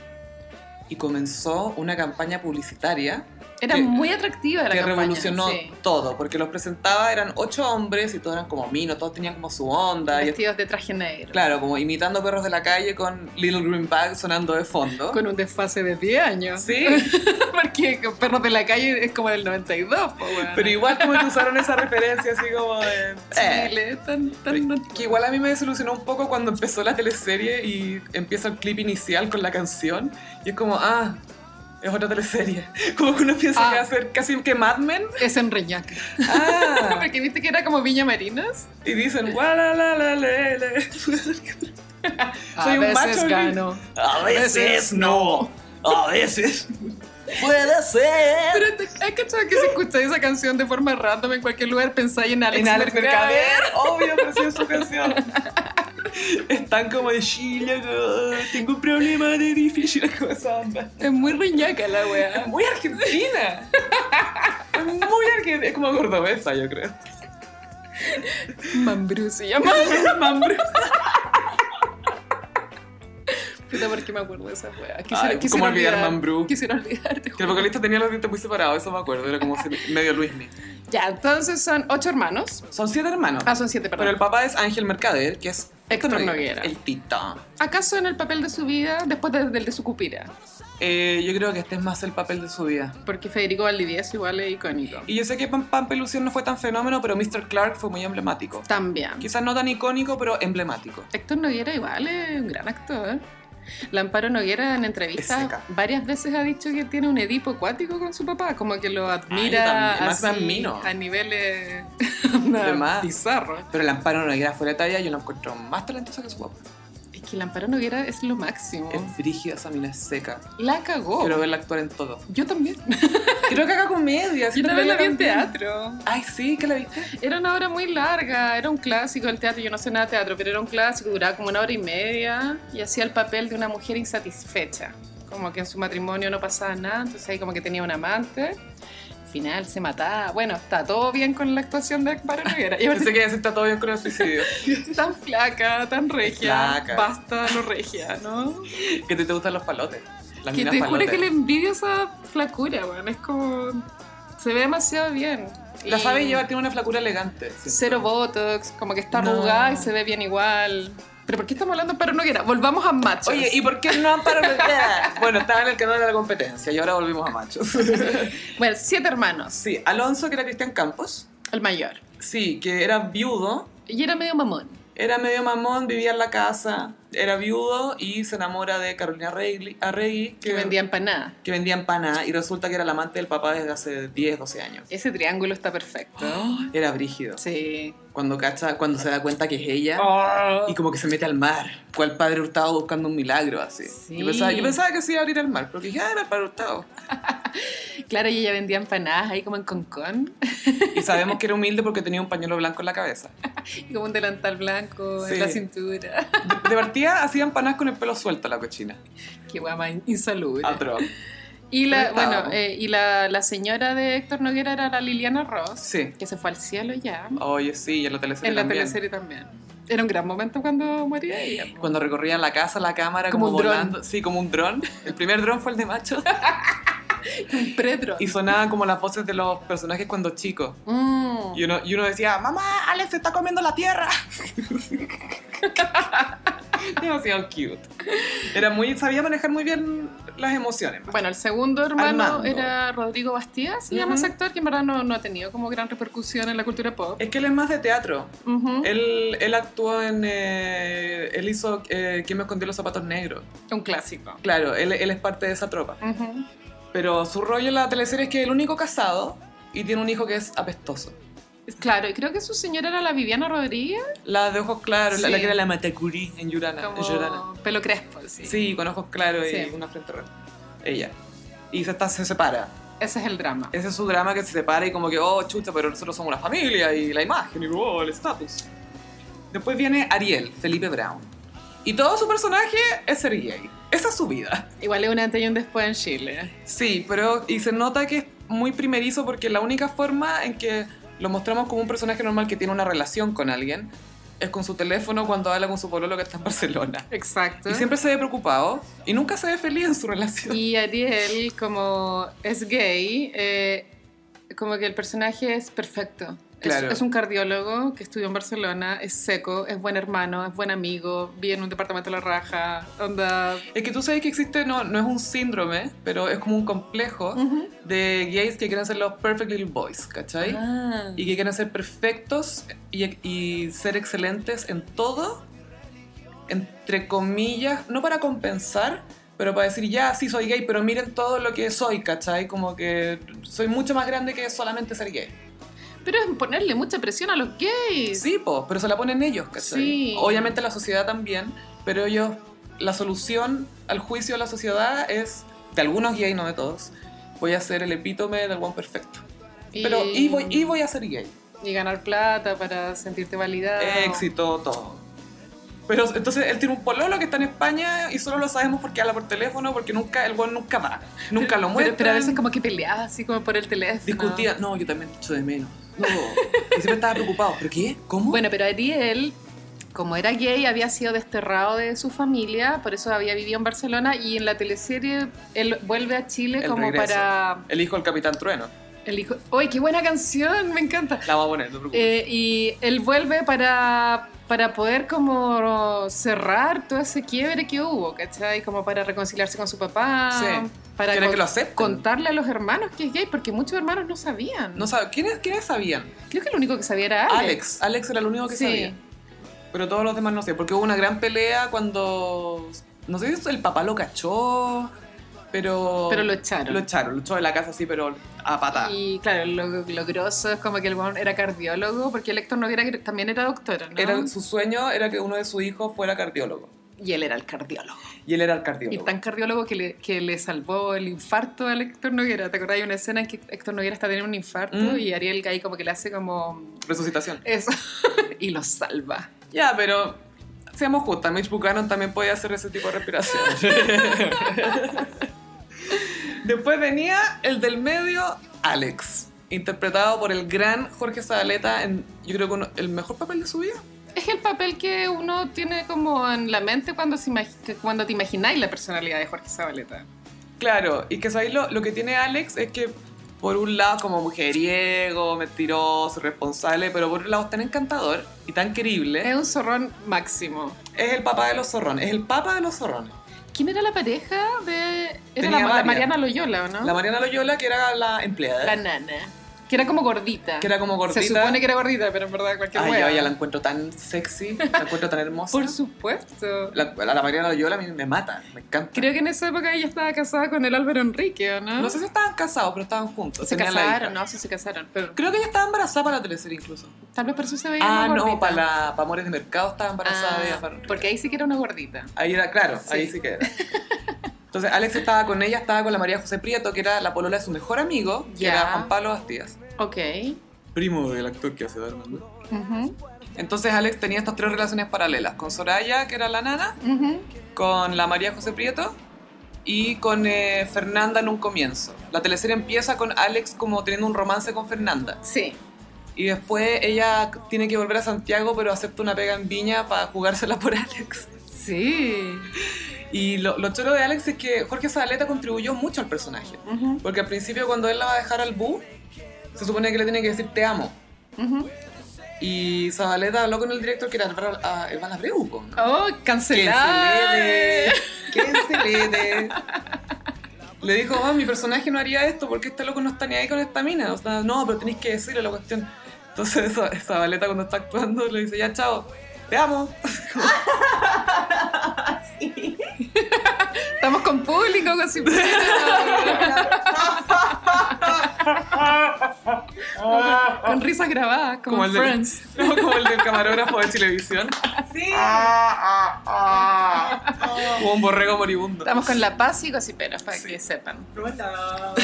Speaker 1: Y comenzó una campaña publicitaria
Speaker 2: Era
Speaker 1: Que-
Speaker 2: muy atractiva la
Speaker 1: que
Speaker 2: campaña,
Speaker 1: revolucionó
Speaker 2: sí.
Speaker 1: todo, porque los presentaba, eran ocho hombres y todos eran como minos, todos tenían como su onda. Y,
Speaker 2: Vestidos de traje negro.
Speaker 1: claro, como imitando perros de la calle con Little Green Bag sonando de fondo.
Speaker 2: Con un desfase de 10 años.
Speaker 1: Sí,
Speaker 2: Porque con Perros de la Calle es como del 92, po, weón.
Speaker 1: pero igual como que usaron esa referencia así como de... eh.
Speaker 2: Chile, tan, tan, tan-
Speaker 1: Que igual a mí me desilusionó un poco cuando empezó la teleserie y empieza el clip inicial con la canción y es como, ah, es otra teleserie. Como que uno piensa
Speaker 2: Ah.
Speaker 1: que va a ser casi que Mad Men.
Speaker 2: Es en Reñaca.
Speaker 1: Ah,
Speaker 2: Porque viste que era como Viña Marinas.
Speaker 1: y dicen, "Wa, la, la, la, le, le". Soy
Speaker 2: a
Speaker 1: un
Speaker 2: veces
Speaker 1: macho,
Speaker 2: gano.
Speaker 1: A
Speaker 2: veces
Speaker 1: no. A veces. Puede ser.
Speaker 2: Pero te- ¿has cachado que si escucháis esa canción de forma random en cualquier lugar pensáis en Alex,
Speaker 1: En Alex
Speaker 2: Mercader?
Speaker 1: Mercader, obvio, pero sí es su canción. Están como de Chile, tengo un problema de difícil con esa onda.
Speaker 2: Es muy Reñaca la wea.
Speaker 1: Muy argentina. Es Muy argentina. Es como cordobesa, yo creo.
Speaker 2: Mambrú se llama.
Speaker 1: Mambre.
Speaker 2: Puta, ¿por qué me acuerdo de esa wea?
Speaker 1: Ay, ¿cómo olvidar Mambrú?
Speaker 2: Quisiera olvidarte.
Speaker 1: Que el vocalista tenía los dientes muy separados, eso me acuerdo. Era como si- medio Luismi.
Speaker 2: Ya, entonces son ocho hermanos.
Speaker 1: Son siete hermanos.
Speaker 2: Ah, son siete, perdón.
Speaker 1: Pero el papá es Ángel Mercader, que es
Speaker 2: Héctor Noguera.
Speaker 1: El titán.
Speaker 2: ¿Acaso en el papel de su vida después de- del de su cupira?
Speaker 1: Eh, yo creo que este es más el papel de su vida.
Speaker 2: Porque Federico Valdivieso igual es icónico.
Speaker 1: Y yo sé que Pam Pam Pelusión no fue tan fenómeno, pero Mr. Clark fue muy emblemático.
Speaker 2: También.
Speaker 1: Quizás no tan icónico, pero emblemático.
Speaker 2: Héctor Noguera igual es un gran actor. La Amparo Noguera en
Speaker 1: Es
Speaker 2: entrevistas
Speaker 1: seca.
Speaker 2: varias veces ha dicho que tiene un edipo acuático con su papá, como que lo
Speaker 1: yo
Speaker 2: admira
Speaker 1: también, más
Speaker 2: así,
Speaker 1: admiro.
Speaker 2: a niveles
Speaker 1: De más.
Speaker 2: bizarros.
Speaker 1: Pero el Amparo Noguera fue la talla y yo lo encuentro más talentosa que su papá.
Speaker 2: Es que la Amparo Noguera es lo máximo.
Speaker 1: Es frígida, esa mina es seca.
Speaker 2: La cagó.
Speaker 1: Quiero verla actuar en todo.
Speaker 2: Yo también.
Speaker 1: Creo que haga comedia.
Speaker 2: Yo también la vi en teatro.
Speaker 1: Ay, sí, ¿qué la viste?
Speaker 2: Era una obra muy larga, era un clásico del teatro, yo no sé nada de teatro, pero era un clásico, duraba como una hora y media y hacía el papel de una mujer insatisfecha, como que en su matrimonio no pasaba nada, entonces ahí como que tenía un amante, al final se mataba, bueno, está todo bien con la actuación de Amparo Rivera, y
Speaker 1: Yo
Speaker 2: aparte
Speaker 1: pensé que ella se está todo bien con el suicidio.
Speaker 2: tan flaca, tan regia,
Speaker 1: Flaca.
Speaker 2: basta lo regia, ¿no?
Speaker 1: que te, te gustan los palotes. Las
Speaker 2: Que
Speaker 1: minas
Speaker 2: te juro
Speaker 1: palotes.
Speaker 2: que le envidio esa flacura, weón, es como, se ve demasiado bien.
Speaker 1: La
Speaker 2: Y-
Speaker 1: sabe lleva, tiene una flacura elegante. siento.
Speaker 2: Cero botox, como que está
Speaker 1: No.
Speaker 2: arrugada y se ve bien igual. ¿Pero por qué estamos hablando de Amparo Noguera? Volvamos a machos.
Speaker 1: Oye, ¿y por qué no Amparo Noguera? bueno, estaba en el canal de la competencia y ahora volvimos a machos.
Speaker 2: Bueno, siete hermanos,
Speaker 1: sí, Alonso, que era Cristian Campos.
Speaker 2: el mayor.
Speaker 1: Sí, que era viudo
Speaker 2: Y era medio mamón.
Speaker 1: Era medio mamón, vivía en la casa, era viudo y se enamora de Carolina Arregui, Arregui,
Speaker 2: Que vendía empanadas.
Speaker 1: que vendía empanadas y resulta que era la amante del papá desde hace 10, 12 años.
Speaker 2: Ese triángulo está perfecto.
Speaker 1: Era brígido.
Speaker 2: Sí.
Speaker 1: Cuando cacha, cuando se da cuenta que es ella y como que se mete al mar, cual padre Hurtado buscando un milagro así.
Speaker 2: Sí.
Speaker 1: Yo, pensaba, yo pensaba que se iba a abrir al mar, pero dije, ah, era padre Hurtado.
Speaker 2: Claro, y ella vendía empanadas ahí como en Concón.
Speaker 1: Y sabemos que era humilde porque tenía un pañuelo blanco en la cabeza.
Speaker 2: Y como un delantal blanco
Speaker 1: Sí.
Speaker 2: en la cintura.
Speaker 1: De, de partida hacía empanadas con el pelo suelto la cochina.
Speaker 2: Qué guapa, insalubre.
Speaker 1: Atroz.
Speaker 2: Y la,
Speaker 1: Ah, Estaba.
Speaker 2: bueno, eh, y la, la señora de Héctor Noguera era la Liliana Ross,
Speaker 1: Sí.
Speaker 2: que se fue al cielo ya,
Speaker 1: Oye, sí, y en la teleserie
Speaker 2: en la
Speaker 1: también.
Speaker 2: teleserie también. Era un gran momento cuando moría ella. po.
Speaker 1: Cuando recorrían la casa, la cámara, como,
Speaker 2: Como un dron.
Speaker 1: volando. Sí, como un dron. El primer dron fue el de macho.
Speaker 2: Un pretro.
Speaker 1: Y sonaban como las voces de los personajes cuando chicos.
Speaker 2: Mm.
Speaker 1: Y uno, y uno decía, mamá, Alex se está comiendo la tierra. Demasiado cute. Era muy, sabía manejar muy bien las emociones.
Speaker 2: Bueno, el segundo hermano
Speaker 1: Armando.
Speaker 2: era Rodrigo Bastías, se llama
Speaker 1: Ujú.
Speaker 2: ese actor, que en verdad no, no ha tenido como gran repercusión en la cultura pop.
Speaker 1: Es que él es más de teatro.
Speaker 2: Ujú.
Speaker 1: Él, él actuó en... eh, él hizo eh, ¿Quién me escondió los zapatos negros?
Speaker 2: Un clásico.
Speaker 1: Claro, él, él es parte de esa tropa.
Speaker 2: Ujú.
Speaker 1: Pero su rollo en la teleserie es que es el único casado y tiene un hijo que es apestoso.
Speaker 2: Claro, y creo que su señora era la Viviana Rodríguez,
Speaker 1: La de ojos claros, la,
Speaker 2: Sí.
Speaker 1: la que era la Matacurí en Yurana. en Yurana.
Speaker 2: como pelo crespo, sí.
Speaker 1: Sí, con ojos claros
Speaker 2: Sí.
Speaker 1: y una frente rota. Ella. Y se, está, se separa.
Speaker 2: Ese es el drama.
Speaker 1: Ese es su drama que se separa y como que, oh, chuta, pero nosotros somos una familia y la imagen y oh, el estatus. Después viene Ariel, Felipe Brown. Y todo su personaje es ser gay. Esa es su vida.
Speaker 2: Igual es un antes y un después en Chile.
Speaker 1: Sí, pero y se nota que es muy primerizo porque la única forma en que lo mostramos como un personaje normal que tiene una relación con alguien es con su teléfono cuando habla con su pololo que está en Barcelona.
Speaker 2: Exacto.
Speaker 1: Y siempre se ve preocupado y nunca se ve feliz en su relación.
Speaker 2: Y Ariel, como es gay, eh, como que el personaje es perfecto. Es-
Speaker 1: Claro.
Speaker 2: Es, un cardiólogo que estudió en Barcelona, es seco, es buen hermano, es buen amigo, vive en un departamento de la raja, onda...
Speaker 1: Es que tú sabes que existe, no, no es un síndrome, pero es como un complejo de gays que quieren ser los perfect little boys, ¿cachai?
Speaker 2: Ah.
Speaker 1: Y que quieren ser perfectos y, y ser excelentes en todo, entre comillas, no para compensar, pero para decir, ya, sí soy gay, pero miren todo lo que soy, ¿cachai? Como que soy mucho más grande que solamente ser gay.
Speaker 2: Pero es ponerle mucha presión a los gays.
Speaker 1: Sí, po, pero se la ponen ellos, ¿cachai?
Speaker 2: Sí.
Speaker 1: Obviamente la sociedad también, pero ellos, la solución al juicio de la sociedad es, de algunos gays, no de todos, voy a ser el epítome del one perfecto. Pero, y, voy, y voy a ser gay.
Speaker 2: y ganar plata para sentirte validado.
Speaker 1: Éxito, todo. Pero entonces él tiene un pololo que está en España y solo lo sabemos porque habla por teléfono, porque nunca, el one nunca va, nunca lo
Speaker 2: Pero-
Speaker 1: muestra.
Speaker 2: Pero, a veces como que peleaba así como por el teléfono.
Speaker 1: discutía. No, yo también te echo de menos. No. Y siempre estaba preocupado. ¿Pero qué? ¿Cómo?
Speaker 2: Bueno, pero Ariel, como era gay, había sido desterrado de su familia, por eso había vivido en Barcelona y en la teleserie él vuelve a Chile
Speaker 1: El
Speaker 2: como
Speaker 1: regreso.
Speaker 2: para
Speaker 1: el hijo del Capitán Trueno.
Speaker 2: el hijo. ¡Uy, qué buena canción! Me encanta.
Speaker 1: La vamos a poner, no te preocupes.
Speaker 2: Eh, y él vuelve para para poder como cerrar todo ese quiebre que hubo, ¿cachai? Como para reconciliarse con su papá,
Speaker 1: Sí.
Speaker 2: para
Speaker 1: ¿Quieren
Speaker 2: con-
Speaker 1: que lo acepten?
Speaker 2: contarle a los hermanos que es gay, porque muchos hermanos no sabían.
Speaker 1: No sabe, ¿quiénes, quiénes sabían?
Speaker 2: Creo que lo único que sabía era Alex.
Speaker 1: Alex. Alex era el único que sabía. Pero todos los demás no sé, porque hubo una gran pelea cuando. No sé si el papá lo cachó, pero.
Speaker 2: Pero lo echaron.
Speaker 1: Lo echaron, lo echó de la casa así, pero a patada.
Speaker 2: Y claro, lo, lo grosso es como que el weón era cardiólogo, porque el Héctor Noguera que también era doctor, ¿no?
Speaker 1: Era, su sueño era que uno de sus hijos fuera cardiólogo.
Speaker 2: Y él era el cardiólogo.
Speaker 1: Y él era el
Speaker 2: Y
Speaker 1: cardiólogo.
Speaker 2: tan cardiólogo que le, que le salvó el infarto al Héctor Noguera. ¿Te acordás? Hay una escena en que Héctor Noguera está teniendo un infarto
Speaker 1: Mm.
Speaker 2: y Ariel ahí como que le hace como
Speaker 1: Resucitación.
Speaker 2: eso y lo salva.
Speaker 1: Ya, pero seamos justas, Mitch Buchanan también podía hacer ese tipo de respiración. Después venía el del medio, Alex, interpretado por el gran Jorge Zabaleta en, yo creo que uno- el mejor papel de su vida.
Speaker 2: Es el papel que uno tiene como en la mente cuando, se imagi- que cuando te imagináis la personalidad de Jorge Zabaleta.
Speaker 1: Claro, y que sabéis lo, lo que tiene Alex es que por un lado como mujeriego, mentiroso, irresponsable, pero por un lado es tan encantador y tan querible.
Speaker 2: Es un zorrón máximo.
Speaker 1: Es el papá de los zorrones, es el papa de los zorrones.
Speaker 2: ¿Quién era la pareja de...? Era
Speaker 1: Tenía
Speaker 2: la, la
Speaker 1: varias.
Speaker 2: Mariana Loyola, ¿o no?
Speaker 1: La Mariana Loyola, que era la empleada.
Speaker 2: Ah. La nana. que era como gordita.
Speaker 1: que era como gordita.
Speaker 2: Se supone que era gordita, pero en verdad cualquier
Speaker 1: Ay,
Speaker 2: hueá.
Speaker 1: Ah, yo a ella la encuentro tan sexy, la encuentro tan hermosa.
Speaker 2: Por supuesto.
Speaker 1: La, la, la Mariana Loyola a mí me mata, me encanta.
Speaker 2: Creo que en esa época ella estaba casada con el Álvaro Enrique, ¿o no?
Speaker 1: No sé si estaban casados, pero estaban juntos.
Speaker 2: ¿Mm? se
Speaker 1: tenían la
Speaker 2: casaron,
Speaker 1: hija.
Speaker 2: no, sí se casaron, pero
Speaker 1: Creo que ella estaba embarazada para la teleserie incluso.
Speaker 2: tal vez por eso se veía
Speaker 1: Ah,
Speaker 2: más
Speaker 1: no,
Speaker 2: gordita.
Speaker 1: para, la, para Amores de Mercado estaba embarazada
Speaker 2: Ah,
Speaker 1: de ella. para-
Speaker 2: porque ahí sí que era una gordita.
Speaker 1: Ahí era, claro,
Speaker 2: Sí.
Speaker 1: ahí sí que era. Entonces Alex estaba con ella, estaba con la María José Prieto, que era la polola de su mejor amigo, que
Speaker 2: Ya.
Speaker 1: era Juan Pablo Bastías.
Speaker 2: Ok.
Speaker 1: Primo del actor que hace Darman.
Speaker 2: Ujú,
Speaker 1: Entonces Alex tenía estas tres relaciones paralelas, con Soraya, que era la nana,
Speaker 2: ujú.
Speaker 1: con la María José Prieto y con eh, Fernanda en un comienzo. La teleserie empieza con Alex como teniendo un romance con Fernanda.
Speaker 2: Sí.
Speaker 1: Y después ella tiene que volver a Santiago, pero acepta una pega en Viña para jugársela por Alex.
Speaker 2: Sí.
Speaker 1: Y lo, lo choro de Alex es que Jorge Zabaleta contribuyó mucho al personaje.
Speaker 2: Ujú,
Speaker 1: Porque al principio cuando él la va a dejar al bus, se supone que le tiene que decir te amo.
Speaker 2: ujú.
Speaker 1: Y Zabaleta habló con el director que era Álvaro- ah, Iván Abreu. po, ¿no?
Speaker 2: Oh, cancelada.
Speaker 1: ¡Qué excelente! Le dijo, "Ah, mi personaje no haría esto porque este loco no está ni ahí con esta mina. O sea, no, pero tenéis que decirle la cuestión. Entonces esa, esa baleta cuando está actuando le dice, ya, chao, te amo.
Speaker 2: Estamos con público, con sin- con, con risas grabadas, como, en
Speaker 1: el del-
Speaker 2: Friends.
Speaker 1: no, como el del camarógrafo de Televisión.
Speaker 3: Sí. Ah, ah, ah.
Speaker 1: Como un borrego moribundo.
Speaker 2: Estamos con La Paz y Gossiperos, para
Speaker 1: Sí.
Speaker 2: que sepan.
Speaker 3: Hola.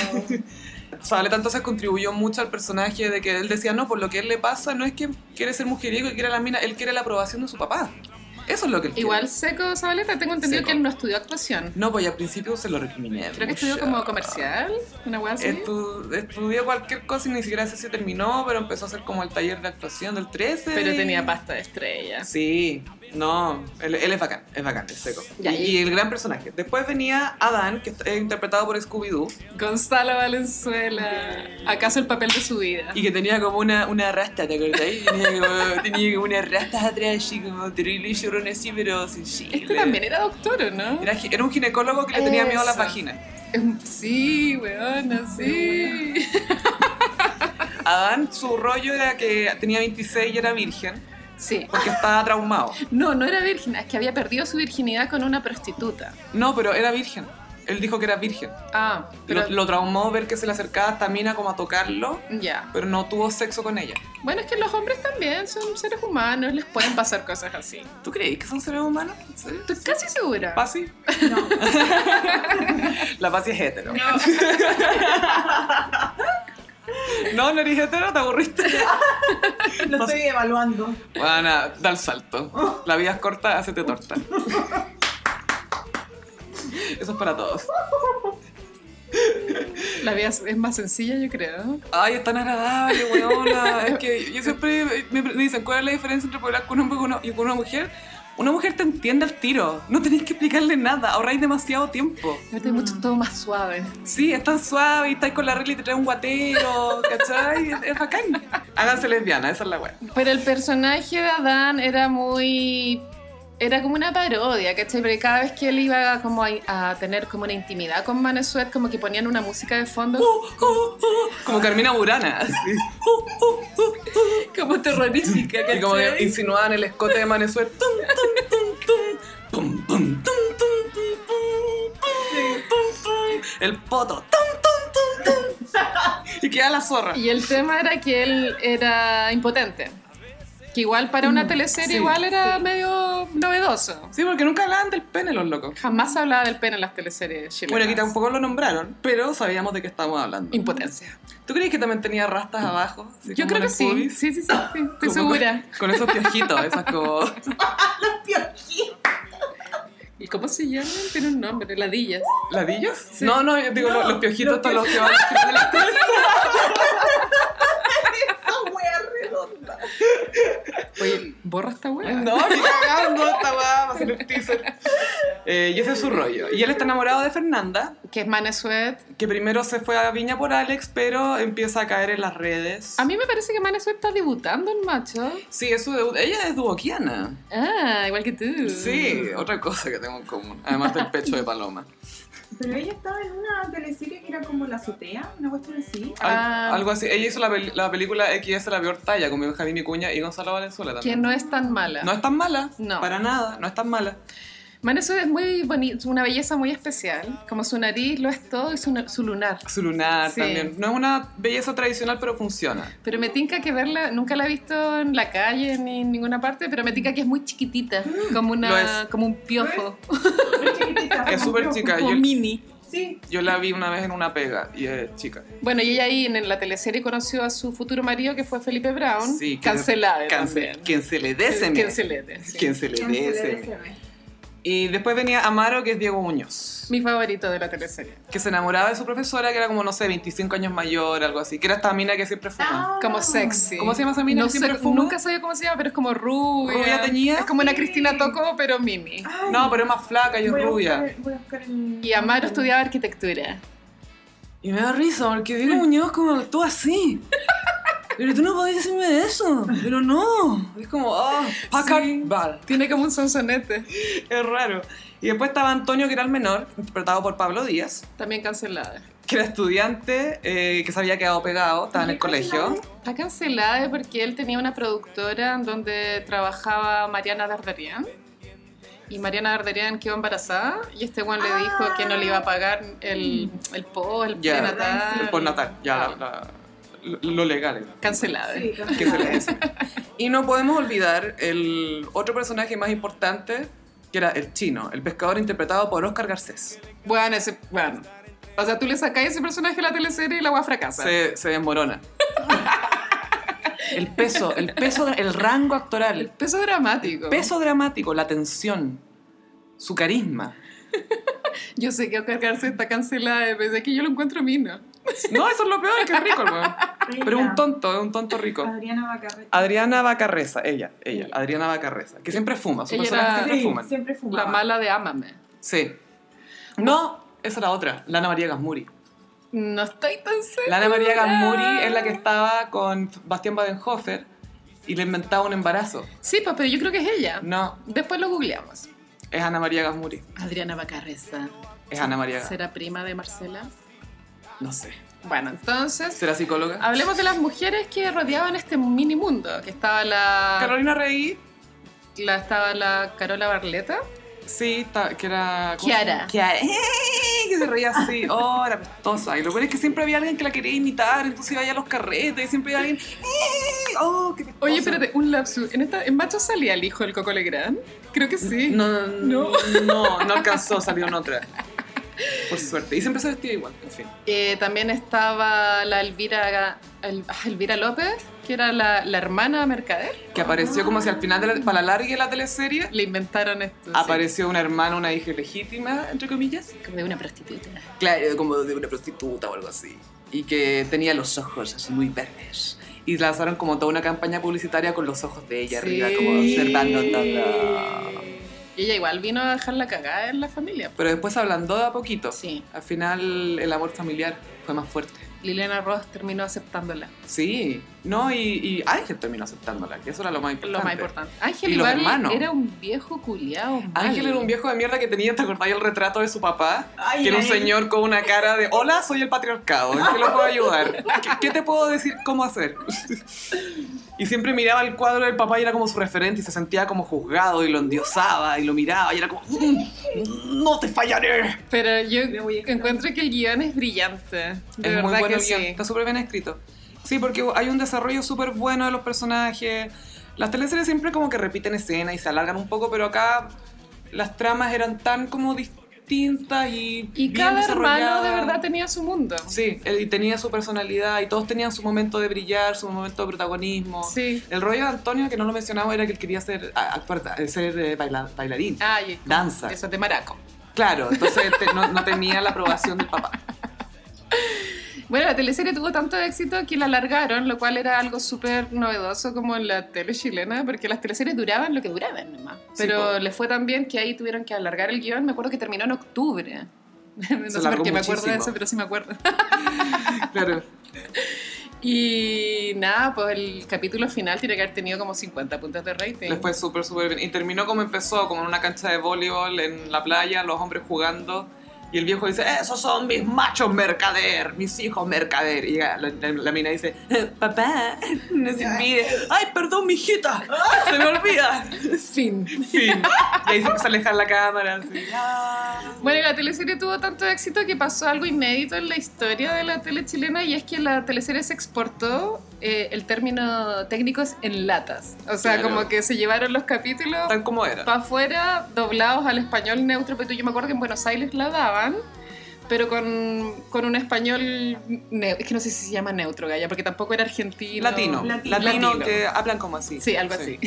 Speaker 1: Zabaleta entonces contribuyó mucho al personaje de que él decía, no, por lo que él le pasa no es que quiere ser mujeriego y quiere la mina, él quiere la aprobación de su papá. Eso es lo que él quiere.
Speaker 2: Igual Seco Zabaleta, tengo entendido
Speaker 1: Seco.
Speaker 2: que él no estudió actuación.
Speaker 1: No, pues y al principio se lo recriminé.
Speaker 2: Creo que estudió
Speaker 1: mucho.
Speaker 2: como comercial, una hueá así.
Speaker 1: Estu- estudió cualquier cosa y ni siquiera sé si terminó, pero empezó a hacer como el taller de actuación del 13.
Speaker 2: Pero tenía pasta de estrellas.
Speaker 1: Sí, no, él, él es bacán, es bacán, es seco.
Speaker 2: Ya,
Speaker 1: y,
Speaker 2: y-
Speaker 1: y el gran personaje. Después venía Adán, que es interpretado por Scooby-Doo,
Speaker 2: Gonzalo Valenzuela, ¿acaso el papel de su vida?
Speaker 1: y que tenía como una, una rasta, ¿te acordáis? Tenía como, tenía como unas rastas atrás, así como terrible y llorón así, pero sin chile.
Speaker 2: Este también era doctor, ¿o no?
Speaker 1: Era, gi- era un ginecólogo que le tenía miedo a las
Speaker 2: Eso.
Speaker 1: vaginas.
Speaker 2: Es un- Sí, weón, sí.
Speaker 1: Adán, su rollo era que tenía 26 y era virgen,
Speaker 2: Sí.
Speaker 1: porque estaba traumado.
Speaker 2: No, no era virgen, es que había perdido su virginidad con una prostituta.
Speaker 1: No, pero era virgen. Él dijo que era virgen.
Speaker 2: Ah, pero...
Speaker 1: Lo, lo traumó ver que se le acercaba esta mina como a tocarlo,
Speaker 2: Ya.
Speaker 1: pero no tuvo sexo con ella.
Speaker 2: Bueno, es que los hombres también son seres humanos, les pueden pasar cosas así.
Speaker 1: ¿Tú crees que son seres humanos? ¿Sí?
Speaker 2: Estoy casi segura.
Speaker 1: ¿Pasi?
Speaker 3: No.
Speaker 1: La Pasi es hetero. No, no, eres hetero, te aburriste.
Speaker 3: Lo estoy evaluando.
Speaker 1: Bueno, da el salto. La vida es corta, hacete torta. Eso es para todos.
Speaker 2: La vida es es más sencilla, yo creo.
Speaker 1: Ay, es tan agradable, weona. Es que yo siempre me, me dicen, ¿cuál es la diferencia entre hablar con un hombre y con una- y con una mujer? Una mujer te entiende al tiro. No tenéis que explicarle nada. Ahorráis demasiado tiempo.
Speaker 2: Ahorita es
Speaker 1: Mm.
Speaker 2: mucho todo más suave.
Speaker 1: Sí, es tan suave y estáis con la regla y te trae un guatero, ¿cachai? Es, es bacán. Háganse lesbiana, esa es la weá.
Speaker 2: Pero el personaje de Adán era muy... Era como una parodia, ¿cachai? Porque cada vez que él iba como a, a tener como una intimidad con Manesuet, como que ponían una música de fondo
Speaker 1: Uh, Como Carmina Burana, así. Uh,
Speaker 2: como terrorífica, ¿cachai?
Speaker 1: Y como que insinuaban el escote de Manesuet. Tum, tum, tum, tum. Pum, pum, tum, tum, tum, pum, pum, pum, pum. El poto. Tum, tum, tum, tum. Y queda la zorra.
Speaker 2: Y el tema era que él era impotente. Que igual para una teleserie
Speaker 1: Mm, sí,
Speaker 2: igual era medio novedoso.
Speaker 1: Sí, porque nunca hablaban del pene los locos.
Speaker 2: Jamás hablaba del pene en las teleseries chilenas.
Speaker 1: Bueno, aquí tampoco lo nombraron, pero sabíamos de qué estábamos hablando.
Speaker 2: Impotencia.
Speaker 1: ¿Tú crees que también tenía rastas abajo? Así
Speaker 2: Yo
Speaker 1: como
Speaker 2: creo
Speaker 1: en
Speaker 2: que
Speaker 1: el
Speaker 2: sí.
Speaker 1: pubis?
Speaker 2: Sí, sí, sí. sí. Estoy
Speaker 1: Como
Speaker 2: segura.
Speaker 1: Con, con esos piojitos, esas como...
Speaker 2: ¿Y cómo se llama? Tiene un nombre. Ladillas.
Speaker 1: ¿Ladillos? No, no, yo digo,
Speaker 3: No,
Speaker 1: los, los piojitos
Speaker 3: los
Speaker 1: son los que van de las telas.
Speaker 3: Esa wea redonda.
Speaker 2: Oye, borra esta weá.
Speaker 1: No, ni cagando, esta weá va a ser el teaser. Eh, y ese es su rollo. Y él está enamorado de Fernanda,
Speaker 2: Que es Manesuet.
Speaker 1: que primero se fue a Viña por Alex, pero empieza a caer en las redes.
Speaker 2: A mí me parece que Manesuet está debutando en macho.
Speaker 1: Sí, es su debut. Ella es duoquiana.
Speaker 2: Ah, igual que tú.
Speaker 1: Sí, otra cosa que tengo en común. Además del pecho de paloma.
Speaker 3: Pero ella estaba en una teleserie que era como La Azotea, una cuestión así.
Speaker 1: Al-
Speaker 2: Ah.
Speaker 1: algo así. Ella hizo la, pel- la película XS La Peor Talla con Benjamín Cuña y Gonzalo Valenzuela
Speaker 2: que
Speaker 1: también.
Speaker 2: no es tan mala.
Speaker 1: No es tan mala.
Speaker 2: No.
Speaker 1: Para nada. No es tan mala.
Speaker 2: Man, eso es muy bonito, una belleza muy especial. Como su nariz lo es todo y su, na- su lunar.
Speaker 1: Su lunar
Speaker 2: Sí.
Speaker 1: también. No es una belleza tradicional, pero funciona.
Speaker 2: Pero me tinca que verla, nunca la he visto en la calle ni en ninguna parte, pero me tinca que es muy chiquitita, como
Speaker 1: lo
Speaker 2: una
Speaker 1: es.
Speaker 2: como un piojo,
Speaker 3: Muy chiquitita,
Speaker 1: Es
Speaker 3: como
Speaker 1: súper
Speaker 3: yo.
Speaker 1: chica.
Speaker 2: como
Speaker 1: Yo,
Speaker 2: mini.
Speaker 3: Sí,
Speaker 1: yo la vi una vez en una pega y es chica.
Speaker 2: Bueno, y ella ahí en la teleserie conoció a su futuro marido que fue Felipe Brown,
Speaker 1: Sí, que-
Speaker 2: cancelada
Speaker 1: Cance-
Speaker 2: también.
Speaker 1: Quien se le deseme.
Speaker 2: Cancelete, sí.
Speaker 1: Quien se le deseme. Y después venía Amaro, que es Diego Muñoz.
Speaker 2: Mi favorito de la teleserie.
Speaker 1: Que se enamoraba de su profesora, que era como, no sé, 25 años mayor, algo así. Que era esta mina que siempre fuma.
Speaker 3: Ah.
Speaker 2: Como sexy.
Speaker 1: ¿Cómo se llama esa mina
Speaker 2: No
Speaker 1: que siempre
Speaker 2: sé-
Speaker 1: fuma?
Speaker 2: Nunca sabía cómo se llama, pero es como rubia.
Speaker 1: ¿Rubia teñida? Ah.
Speaker 2: Es como una
Speaker 3: Sí.
Speaker 2: Cristina Toco, pero mini.
Speaker 3: Ay,
Speaker 1: No, pero es más flaca y es
Speaker 3: voy a
Speaker 1: rubia.
Speaker 3: buscar- voy a buscar el-
Speaker 2: Y Amaro estudiaba arquitectura.
Speaker 1: Y me da risa porque Diego Muñoz como actúa así. Pero tú no podías decirme eso. Pero no. Es como, oh, Packard
Speaker 2: Sí.
Speaker 1: Ball.
Speaker 2: Tiene como un sonsonete.
Speaker 1: Es raro. Y después estaba Antonio, que era el menor, interpretado por Pablo Díaz,
Speaker 2: También cancelada.
Speaker 1: que era estudiante eh, que se había quedado pegado, estaba en el colegio.
Speaker 2: Está cancelada porque él tenía una productora en donde trabajaba Mariana Dardarian. Y Mariana Dardarian quedó embarazada y este Juan le dijo que no le
Speaker 1: Ah.
Speaker 2: iba a pagar el, el po, el
Speaker 1: Ya,
Speaker 2: prenatal. Ah,
Speaker 1: Por Natal, Ah. ya la- la- lo- lo legal. eh.
Speaker 2: Cancelada.
Speaker 3: Sí,
Speaker 1: que se le dice. Y no podemos olvidar el otro personaje más importante, que era el chino, el pescador interpretado por Oscar Garcés.
Speaker 2: Bueno, ese, bueno. O sea, tú le sacás ese personaje a la teleserie y la agua fracasa.
Speaker 1: Se, se desmorona. El peso, el peso, el rango actoral,
Speaker 2: El
Speaker 1: el
Speaker 2: peso dramático.
Speaker 1: peso dramático, la tensión, su carisma.
Speaker 2: Yo sé que Oscar García está cancelada, pero es que yo lo encuentro mino.
Speaker 1: No, eso es lo peor, que rico el weón. Pero un
Speaker 3: tonto.
Speaker 1: tonto, es un tonto rico.
Speaker 3: Adriana Bacarreta.
Speaker 1: Adriana Bacarreza, ella, ella, Adriana Bacarreza, que siempre fuma, su
Speaker 2: Ella
Speaker 1: personaje
Speaker 2: era-
Speaker 1: siempre fuman.
Speaker 3: siempre fumaba.
Speaker 2: La mala de Ámame.
Speaker 1: Sí. No, esa era otra, Lana María Gasmuri.
Speaker 2: No estoy tan segura.
Speaker 1: Lana María Gasmuri es la que estaba con Bastián Badenhofer y le inventaba un embarazo.
Speaker 2: Sí, pues, pero yo creo que es ella.
Speaker 1: No,
Speaker 2: Después lo googleamos.
Speaker 1: es Ana María Gasmuri.
Speaker 2: Adriana Bacarreza.
Speaker 1: Es Ana María. Gas-
Speaker 2: ¿Será prima de Marcela?
Speaker 1: No sé.
Speaker 2: Bueno, entonces,
Speaker 1: ¿Será psicóloga?
Speaker 2: hablemos de las mujeres que rodeaban este mini mundo. Que estaba la,
Speaker 1: Carolina Rey.
Speaker 2: la estaba la Carola Barleta.
Speaker 1: Sí, ta- que era... ¿cómo se
Speaker 2: Kiara.
Speaker 1: llama? Kiara. ¡Eh! Que se reía así. Oh, era pestosa. Y lo peor es que siempre había alguien que la quería imitar. Entonces iba allá a los carretes y siempre había alguien... Oh, qué pestosa.
Speaker 2: Oye, espérate, un lapsus. ¿En, esta, ¿En Macho salía el hijo del Coco Legrand? Creo que sí.
Speaker 1: No,
Speaker 2: No.
Speaker 1: no, no, no alcanzó. Salió en otra. Por suerte. Y siempre se vestía igual. En fin.
Speaker 2: Eh, también estaba la Elvira, el- ah, Elvira López, que era la, la hermana de Mercader.
Speaker 1: Que apareció como si al final, de la- para la larga de la teleserie,
Speaker 2: Le inventaron esto.
Speaker 1: apareció una hermana, una hija legítima, entre comillas.
Speaker 2: sí, como de una prostituta.
Speaker 1: Claro, como de una prostituta o algo así. Y que tenía los ojos así muy verdes. Y lanzaron como toda una campaña publicitaria con los ojos de ella arriba, como
Speaker 2: Sí.
Speaker 1: observando todo.
Speaker 2: Y ella igual vino a dejar la cagada en la familia.
Speaker 1: Pero después se ablandó de a poquito.
Speaker 2: Sí,
Speaker 1: Al final el amor familiar fue más fuerte.
Speaker 2: Liliana Ross terminó aceptándola.
Speaker 1: Sí, no, y, y Ángel terminó aceptándola, que eso era lo más importante.
Speaker 2: Lo más importante. Ángel
Speaker 1: Y los
Speaker 2: igual
Speaker 1: hermanos.
Speaker 2: era un viejo culiao. mal.
Speaker 1: Ángel era un viejo de mierda que tenía, ¿te acordás el retrato de su papá?
Speaker 3: Ay,
Speaker 1: que era un
Speaker 3: ay.
Speaker 1: señor con una cara de, hola, soy el patriarcado, ¿en qué lo puedo ayudar? ¿Qué, qué te puedo decir cómo hacer? Y siempre miraba el cuadro del papá y era como su referente y se sentía como juzgado y lo endiosaba y lo miraba y era como, "Mm, no te fallaré.
Speaker 2: Pero yo
Speaker 3: Me voy a extrañar.
Speaker 2: encuentro que el guión es brillante. De
Speaker 1: es
Speaker 2: verdad
Speaker 1: muy bueno
Speaker 2: que
Speaker 1: el guión,
Speaker 2: sí.
Speaker 1: está súper bien escrito. Sí, porque hay un desarrollo súper bueno de los personajes. Las teleseries siempre como que repiten escenas y se alargan un poco, pero acá las tramas eran tan como distintas y
Speaker 2: Y
Speaker 1: bien
Speaker 2: cada hermano de
Speaker 1: desarrolladas.
Speaker 2: verdad tenía su mundo.
Speaker 1: Sí, él y tenía su personalidad y todos tenían su momento de brillar, su momento de protagonismo.
Speaker 2: Sí.
Speaker 1: El rollo de Antonio, que no lo mencionaba, era que él quería ser, a- actuar- ser eh, baila- bailarín,
Speaker 2: Ay,
Speaker 1: danza.
Speaker 2: Ah, eso es de Maraco.
Speaker 1: Claro, entonces te- no, no tenía la aprobación del papá.
Speaker 2: Bueno, la teleserie tuvo tanto éxito que la alargaron, lo cual era algo súper novedoso como en la tele chilena, porque las teleseries duraban lo que duraban nomás.
Speaker 1: Sí,
Speaker 2: Pero
Speaker 1: po.
Speaker 2: les fue tan bien que ahí tuvieron que alargar el guión. Me acuerdo que terminó en octubre. No sé por
Speaker 1: alargó
Speaker 2: qué me acuerdo de
Speaker 1: muchísimo.
Speaker 2: eso, pero sí me acuerdo.
Speaker 1: Claro.
Speaker 2: Y nada, pues el capítulo final tiene que haber tenido como 50 puntos de rating.
Speaker 1: Le fue súper, súper bien. Y terminó como empezó, como en una cancha de voleibol en la playa, los hombres jugando. Y el viejo dice, esos son mis machos mercader, mis hijos mercader. Y llega la, la- la mina dice, "Eh, papá, nos impide. Ay, perdón, mijita, se me olvida.
Speaker 2: Fin.
Speaker 1: Fin. Y ahí se empieza a alejar la cámara. así.
Speaker 2: Bueno, y la teleserie tuvo tanto éxito que pasó algo inédito en la historia de la tele chilena y es que la teleserie se exportó, eh, el término técnico es en latas. O sea,
Speaker 1: Claro.
Speaker 2: como que se llevaron los capítulos
Speaker 1: Tan como era.
Speaker 2: para afuera, doblados al español neutro, pero yo me acuerdo que en Buenos Aires la daban, pero con, con un español, neu- es que no sé si se llama neutro, Gaya, porque tampoco era argentino.
Speaker 1: Latino, latino,
Speaker 3: Latino.
Speaker 1: que hablan como así.
Speaker 2: Sí, algo así.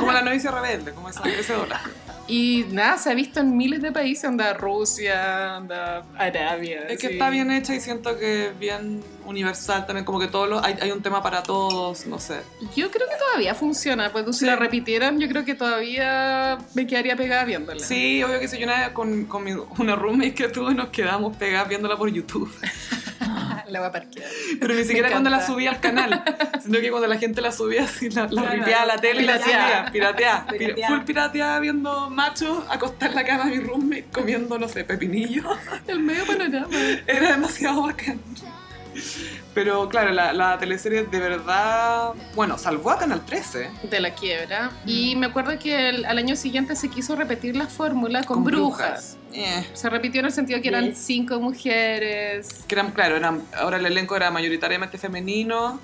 Speaker 1: Como la novicia rebelde, como esa, ese dólar.
Speaker 2: Y nada, se ha visto en miles de países, onda Rusia, onda Arabia.
Speaker 1: Es que
Speaker 2: sí.
Speaker 1: está bien hecha y siento que es bien universal también, como que todos los, hay, hay un tema para todos, no sé.
Speaker 2: Yo creo que todavía funciona, pues si
Speaker 1: Sí.
Speaker 2: la repitieran, yo creo que todavía me quedaría pegada viéndola.
Speaker 1: Sí, obvio que sí, yo una vez con, con mi- una roommate que tuve nos quedamos pegadas viéndola por YouTube,
Speaker 2: La voy a parquear.
Speaker 1: pero ni siquiera cuando la
Speaker 2: encanta.
Speaker 1: subía al canal, sino que cuando la gente la subía así, la, la
Speaker 3: Claro.
Speaker 1: ripeaba a la tele y la
Speaker 2: Pirateada.
Speaker 1: subía, pirateada, pir-
Speaker 3: Pirateada.
Speaker 1: full pirateada viendo machos, acostar en la cama a mi roommate comiendo, no sé, pepinillo.
Speaker 2: El medio panorama.
Speaker 1: Era demasiado bacán. Pero claro, la, la teleserie de verdad, bueno, salvó a Canal 13.
Speaker 2: De la quiebra.
Speaker 1: Mm.
Speaker 2: Y me acuerdo que el- al año siguiente se quiso repetir la fórmula con,
Speaker 1: con
Speaker 2: brujas.
Speaker 1: Eh.
Speaker 2: Se repitió en el sentido que eran
Speaker 3: Bien.
Speaker 2: cinco mujeres.
Speaker 1: que eran, claro, eran, ahora el elenco era mayoritariamente femenino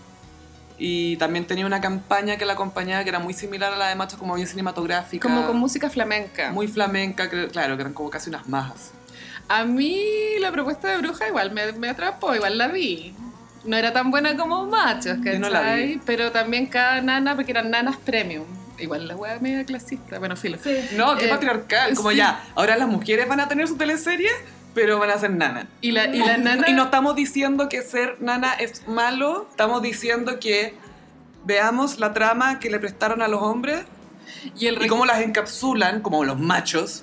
Speaker 1: y también tenía una campaña que la acompañaba que era muy similar a la de Machos, como bien cinematográfica.
Speaker 2: Como con música flamenca.
Speaker 1: muy flamenca, que- claro, que eran como casi unas majas.
Speaker 2: A mí la propuesta de bruja igual me, me atrapó, igual la vi. No era tan buena como machos, ¿cachai?
Speaker 1: Yo no la vi.
Speaker 2: Pero también cada nana, porque eran nanas premium. Igual la wea media clasista, bueno, filo.
Speaker 3: Sí.
Speaker 1: No, qué
Speaker 2: Eh,
Speaker 1: patriarcal, como
Speaker 2: sí.
Speaker 1: ya, ahora las mujeres van a tener su teleserie, pero van a ser nana.
Speaker 2: Y la, y la nana...
Speaker 1: Y no estamos diciendo que ser nana es malo, estamos diciendo que veamos la trama que le prestaron a los hombres
Speaker 2: y el
Speaker 1: y cómo las encapsulan, como los machos,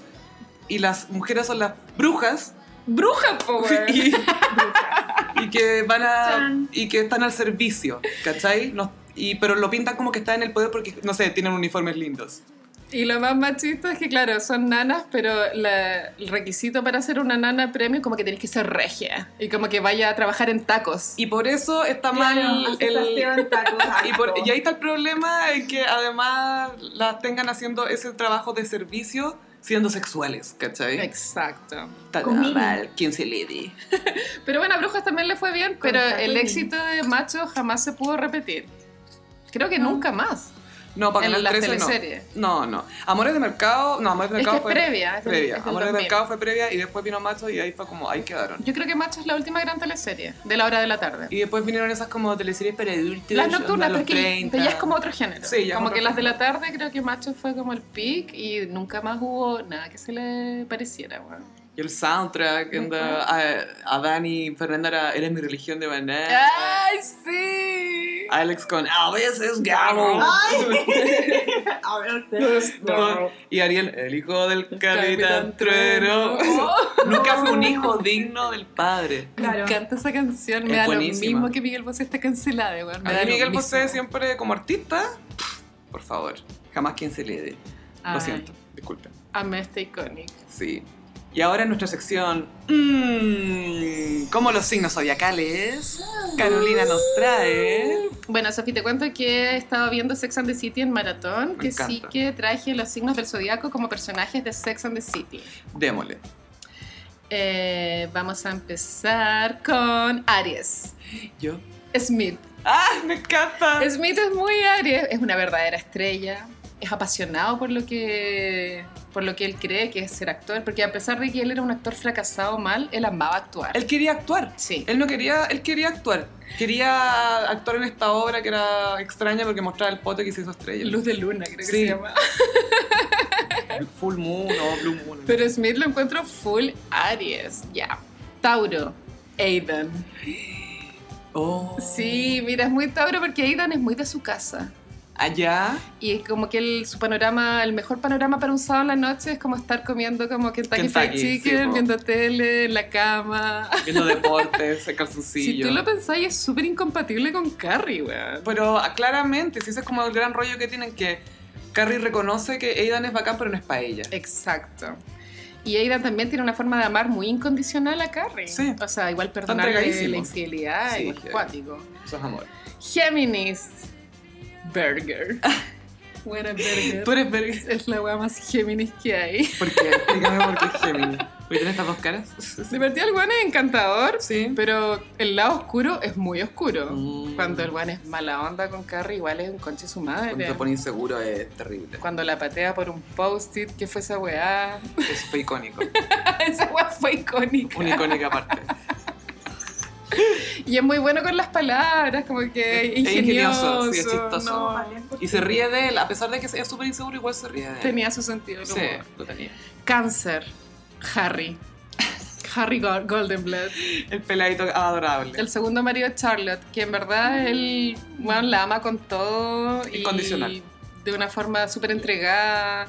Speaker 1: y las mujeres son las brujas
Speaker 2: Bruja, po, weón.
Speaker 1: y, y que van a
Speaker 3: Chan.
Speaker 1: y que están al servicio, ¿cachai? No- y, pero lo pintan como que están en el poder porque, no sé, tienen uniformes lindos.
Speaker 2: Y lo más machista es que, claro, son nanas, pero la- el requisito para ser una nana premium como que tenés que ser regia. Y como que vaya a trabajar en tacos.
Speaker 1: Y por eso está
Speaker 3: Claro,
Speaker 1: mal
Speaker 3: haces aseo
Speaker 1: el...
Speaker 3: en tacos
Speaker 1: Y, por-
Speaker 3: alto.
Speaker 1: y ahí está el problema, en que además las tengan haciendo ese trabajo de servicio siendo sexuales, ¿cachai?
Speaker 2: Exacto.
Speaker 1: Está
Speaker 3: Con mini.
Speaker 1: mal, 15 lady.
Speaker 2: Pero bueno, a Brujas también le fue bien, pero
Speaker 3: Con
Speaker 2: el
Speaker 3: Tatooine.
Speaker 2: éxito de Macho jamás se pudo repetir. Creo que nunca más.
Speaker 1: No, para
Speaker 2: En
Speaker 1: Canal
Speaker 2: las
Speaker 1: 13 no.
Speaker 2: teleseries.
Speaker 1: No, no. Amores de Mercado, no, Amores de
Speaker 2: Es que
Speaker 1: Mercado
Speaker 2: es
Speaker 1: fue...
Speaker 2: previa. es del-
Speaker 1: previa.
Speaker 2: es del
Speaker 1: Amores de
Speaker 2: 2000.
Speaker 1: Mercado fue previa y después vino Macho y ahí fue como, ahí quedaron.
Speaker 2: Yo creo que Macho es la última gran teleserie de la hora de la tarde.
Speaker 1: Y después vinieron esas como teleseries para adultos.
Speaker 2: Las
Speaker 1: onda,
Speaker 2: nocturnas,
Speaker 1: los
Speaker 2: porque pero ya es como otro género.
Speaker 1: Sí, ya es
Speaker 2: como
Speaker 1: otro
Speaker 2: que las de la tarde creo que Macho fue como el pick y nunca más hubo nada que se le pareciera, weón.
Speaker 1: Y el soundtrack, onda, a, a Dani Fernanda era Eres mi religión de
Speaker 2: Ah.
Speaker 1: banana.
Speaker 2: ¡Ay, sí!
Speaker 1: Alex con "Ah, A veces gano.
Speaker 3: A ver, sí.
Speaker 1: Don- Y Ariel, el hijo del capitán
Speaker 2: Capitán
Speaker 1: Trueno.
Speaker 2: Trueno.
Speaker 1: Nunca fue un hijo digno del padre.
Speaker 2: Oh, Me
Speaker 3: Claro.
Speaker 2: encanta esa canción, me
Speaker 1: Es
Speaker 2: da
Speaker 1: buenísima.
Speaker 2: lo mismo que Miguel Bosé está cancelado, weón. Me
Speaker 1: A
Speaker 2: da
Speaker 1: mí
Speaker 2: lo
Speaker 1: Miguel
Speaker 2: mismo.
Speaker 1: Bosé siempre como artista, por favor, jamás quien se le dé. Lo
Speaker 2: Ay,
Speaker 1: siento, disculpen.
Speaker 2: Amé este icónico.
Speaker 1: Sí. Y ahora en nuestra sección, mmm, como los signos zodiacales, Carolina nos trae.
Speaker 2: Bueno, Sofi, te cuento que he estado viendo Sex and the City en
Speaker 1: Me
Speaker 2: maratón, que
Speaker 1: encanta.
Speaker 2: sí que traje los signos del zodiaco como personajes de Sex and the City.
Speaker 1: Démosle.
Speaker 2: Eh, vamos a empezar con Aries.
Speaker 1: Yo.
Speaker 2: Smith.
Speaker 1: ¡Ah! ¡Me encanta!
Speaker 2: Smith es muy Aries, es una verdadera estrella, es apasionado por lo que por lo que él cree que es ser actor, porque a pesar de que él era un actor fracasado mal, él amaba actuar.
Speaker 1: Él quería actuar.
Speaker 2: sí.
Speaker 1: Él no quería, él quería actuar. Quería actuar en esta obra que era extraña porque mostraba el pote que se hizo estrella.
Speaker 2: Luz de luna, creo que
Speaker 1: Sí.
Speaker 2: se llama.
Speaker 1: Full Moon o Blue Moon.
Speaker 2: Pero Smith lo encuentro full Aries, ya. Tauro, Aidan.
Speaker 1: Oh.
Speaker 2: Sí, mira, es muy Tauro porque Aidan es muy de su casa.
Speaker 1: Allá,
Speaker 2: Y es como que el, su panorama, el mejor panorama para un sábado en la noche es como estar comiendo como Kentucky,
Speaker 1: Kentucky,
Speaker 2: Fried
Speaker 1: sí,
Speaker 2: Chicken,
Speaker 1: po.
Speaker 2: viendo tele, en la cama.
Speaker 1: viendo deportes, el
Speaker 2: si
Speaker 1: calzoncillo.
Speaker 2: tú lo pensáis, es súper incompatible con Carrie, weón.
Speaker 1: Pero ah, claramente, si ese es como el gran rollo que tienen que Carrie reconoce que Aidan es bacán, pero no es para ella.
Speaker 2: Exacto. Y Aida también tiene una forma de amar muy incondicional a Carrie.
Speaker 1: Sí.
Speaker 2: O sea, igual perdonarle la
Speaker 1: entregadísimo.
Speaker 2: infidelidad,
Speaker 1: Sí,
Speaker 2: igual
Speaker 1: heavy.
Speaker 2: cuático.
Speaker 1: Eso es amor.
Speaker 2: Géminis. Burger. Buena burger.
Speaker 1: Tú eres verga.
Speaker 2: Es la weá más Géminis que hay.
Speaker 1: ¿Por qué? Explícame por qué es Géminis. ¿Porque tiene estas dos caras?
Speaker 2: De partida el weón es encantador,
Speaker 1: Sí.
Speaker 2: pero el lado oscuro es muy oscuro.
Speaker 1: Mm.
Speaker 2: Cuando el weón es mala onda con Carrie, igual es un conche su madre.
Speaker 1: Cuando te pone inseguro es terrible.
Speaker 2: Cuando la patea por un post-it, que fue esa weá?
Speaker 1: Eso fue icónico.
Speaker 2: esa weá fue icónica.
Speaker 1: Una icónica parte.
Speaker 2: Y es muy bueno con las palabras, como que
Speaker 1: Es ingenioso,
Speaker 2: ingenioso.
Speaker 1: sí, es chistoso.
Speaker 2: no.
Speaker 1: Y se ríe de él, a pesar de que es súper inseguro, igual se ríe de él.
Speaker 2: Tenía su sentido. el
Speaker 1: Sí,
Speaker 2: humor.
Speaker 1: lo tenía.
Speaker 2: Cáncer. Harry. Harry Go- Goldenblood.
Speaker 1: El peladito adorable.
Speaker 2: El segundo marido es Charlotte, que en verdad él bueno, la ama con todo. y
Speaker 1: Incondicional.
Speaker 2: de una forma súper entregada.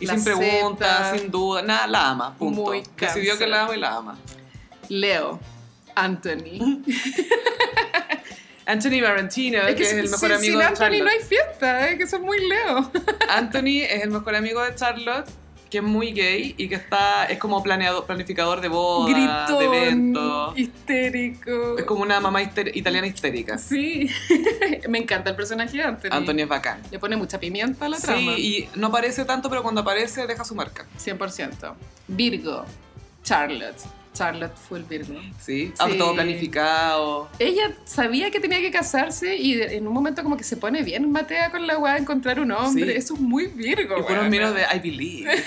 Speaker 1: y
Speaker 2: la
Speaker 1: sin preguntas,
Speaker 2: acepta.
Speaker 1: sin duda, nada, la ama, punto.
Speaker 2: Muy
Speaker 1: Decidió
Speaker 2: cáncer.
Speaker 1: que la ama y la ama.
Speaker 2: Leo. Anthony.
Speaker 1: Anthony Barrentino, que, es el
Speaker 2: sin-
Speaker 1: mejor amigo
Speaker 2: sin
Speaker 1: de
Speaker 2: Anthony
Speaker 1: Charlotte.
Speaker 2: no hay fiesta, eh, que son muy Leo.
Speaker 1: Anthony es el mejor amigo de Charlotte, que es muy gay y que está, es como planeado, planificador de bodas, de
Speaker 2: Gritón,
Speaker 1: eventos.
Speaker 2: histérico.
Speaker 1: Es como una mamá hister- italiana histérica.
Speaker 2: Sí, me encanta el personaje de Anthony.
Speaker 1: Anthony es bacán.
Speaker 2: Le pone mucha pimienta a la trama.
Speaker 1: Sí, y no aparece tanto, pero cuando aparece deja su marca.
Speaker 2: 100%. Virgo, Charlotte. Charlotte fue el Virgo.
Speaker 1: Sí,
Speaker 2: Sí.
Speaker 1: todo planificado.
Speaker 2: Ella sabía que tenía que casarse y de- en un momento como que se pone bien matea con la weá de encontrar un
Speaker 1: Sí.
Speaker 2: hombre. Eso es muy Virgo.
Speaker 1: Y puros
Speaker 2: weona.
Speaker 1: miros de I Believe.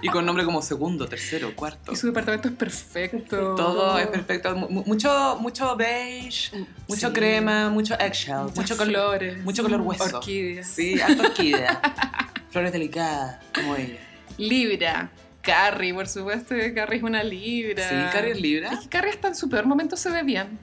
Speaker 1: y con nombre como segundo, tercero, cuarto.
Speaker 2: Y su departamento es perfecto.
Speaker 1: Todo es perfecto. Mu- mu- Mucho, mucho beige, mucho
Speaker 2: Sí.
Speaker 1: crema, mucho eggshell,
Speaker 2: Muchas
Speaker 1: mucho color.
Speaker 2: colores.
Speaker 1: mucho color hueso.
Speaker 2: mm, Orquídeas.
Speaker 1: Sí, alta orquídea. Flores delicadas, como ella.
Speaker 2: Libra. Carrie, por supuesto que Carrie es una Libra.
Speaker 1: Sí, Carrie es libra.
Speaker 2: Es que Carrie hasta en su peor momento se ve bien.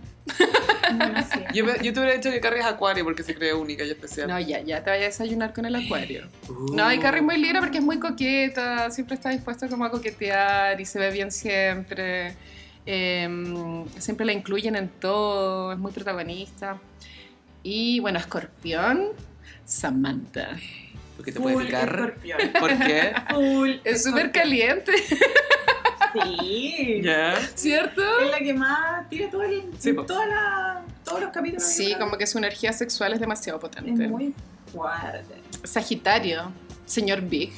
Speaker 1: Yo, pe- yo te hubiera dicho que Carrie es acuario porque se cree única y especial.
Speaker 2: No, ya, ya te vayas a desayunar con el acuario.
Speaker 1: Uh.
Speaker 2: No, y Carrie es muy libre porque es muy coqueta, siempre está dispuesta como a coquetear y se ve bien siempre. Em, siempre la incluyen en todo, es muy protagonista. Y bueno, Escorpión, Samantha.
Speaker 1: ¿Por qué te puede
Speaker 3: Full
Speaker 1: picar?
Speaker 3: escorpión.
Speaker 1: ¿Por qué?
Speaker 3: Full
Speaker 2: Es súper
Speaker 3: escorpión.
Speaker 2: caliente,
Speaker 3: Sí.
Speaker 1: Ya.
Speaker 2: ¿cierto?
Speaker 3: Es la que más tira todo el,
Speaker 1: Sí, po.
Speaker 3: toda la- todos los capítulos.
Speaker 2: Sí,
Speaker 3: Yo creo
Speaker 2: como que su energía sexual es demasiado potente.
Speaker 3: es muy fuerte.
Speaker 2: Sagitario, señor Big.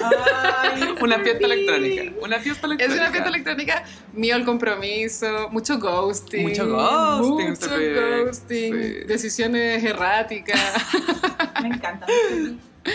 Speaker 3: Ay,
Speaker 1: Una fiesta
Speaker 3: sí.
Speaker 1: electrónica. Una fiesta
Speaker 2: Es
Speaker 1: electrónica.
Speaker 2: una fiesta electrónica, mío el compromiso, mucho ghosting.
Speaker 1: Mucho ghosting,
Speaker 2: mucho
Speaker 1: se ve.
Speaker 2: ghosting,
Speaker 1: Sí.
Speaker 2: decisiones erráticas.
Speaker 3: Me encanta. me encanta.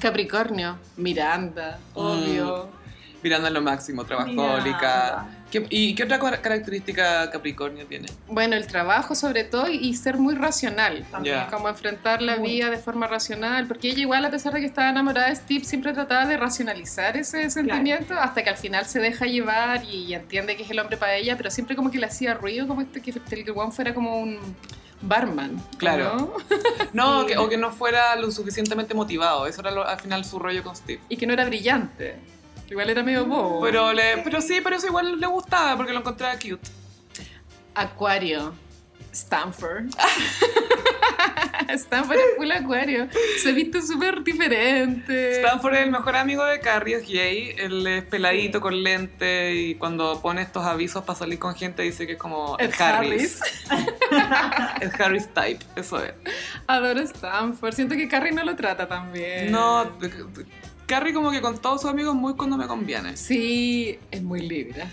Speaker 2: Capricornio, Miranda, obvio.
Speaker 1: Miranda es lo máximo, trabajólica.
Speaker 3: Miranda.
Speaker 1: ¿Qué- ¿Y qué otra car- característica Capricornio tiene?
Speaker 2: Bueno, el trabajo sobre todo y, y ser muy racional.
Speaker 3: También.
Speaker 1: Ya.
Speaker 2: Como enfrentar la
Speaker 3: Muy.
Speaker 2: vida de forma racional, porque ella igual a pesar de que estaba enamorada de Steve, siempre trataba de racionalizar ese sentimiento hasta que al final se deja llevar y, y entiende que es el hombre para ella, pero siempre como que le hacía ruido, como este, que el guan fuera como un barman.
Speaker 1: Claro.
Speaker 2: ¿no?
Speaker 1: No,
Speaker 3: Sí.
Speaker 1: que- o que no fuera lo suficientemente motivado. Eso era lo- al final su rollo con Steve.
Speaker 2: Y que no era brillante. Igual era medio bobo.
Speaker 1: Pero, le, pero sí, pero eso igual le gustaba porque lo encontraba cute.
Speaker 2: Acuario. Stanford. Stanford es full acuario. Se viste súper diferente.
Speaker 1: Stanford es el mejor amigo de Carrie, es gay. Él es peladito con lente y cuando pone estos avisos para salir con gente dice que es como
Speaker 2: Ed
Speaker 1: el Harris. El Harris type, eso es.
Speaker 2: Adoro Stanford. Siento que Carrie no lo trata tan bien.
Speaker 1: No, de- de- Carrie como que con todos sus amigos muy cuando me conviene.
Speaker 2: Sí, es muy libre.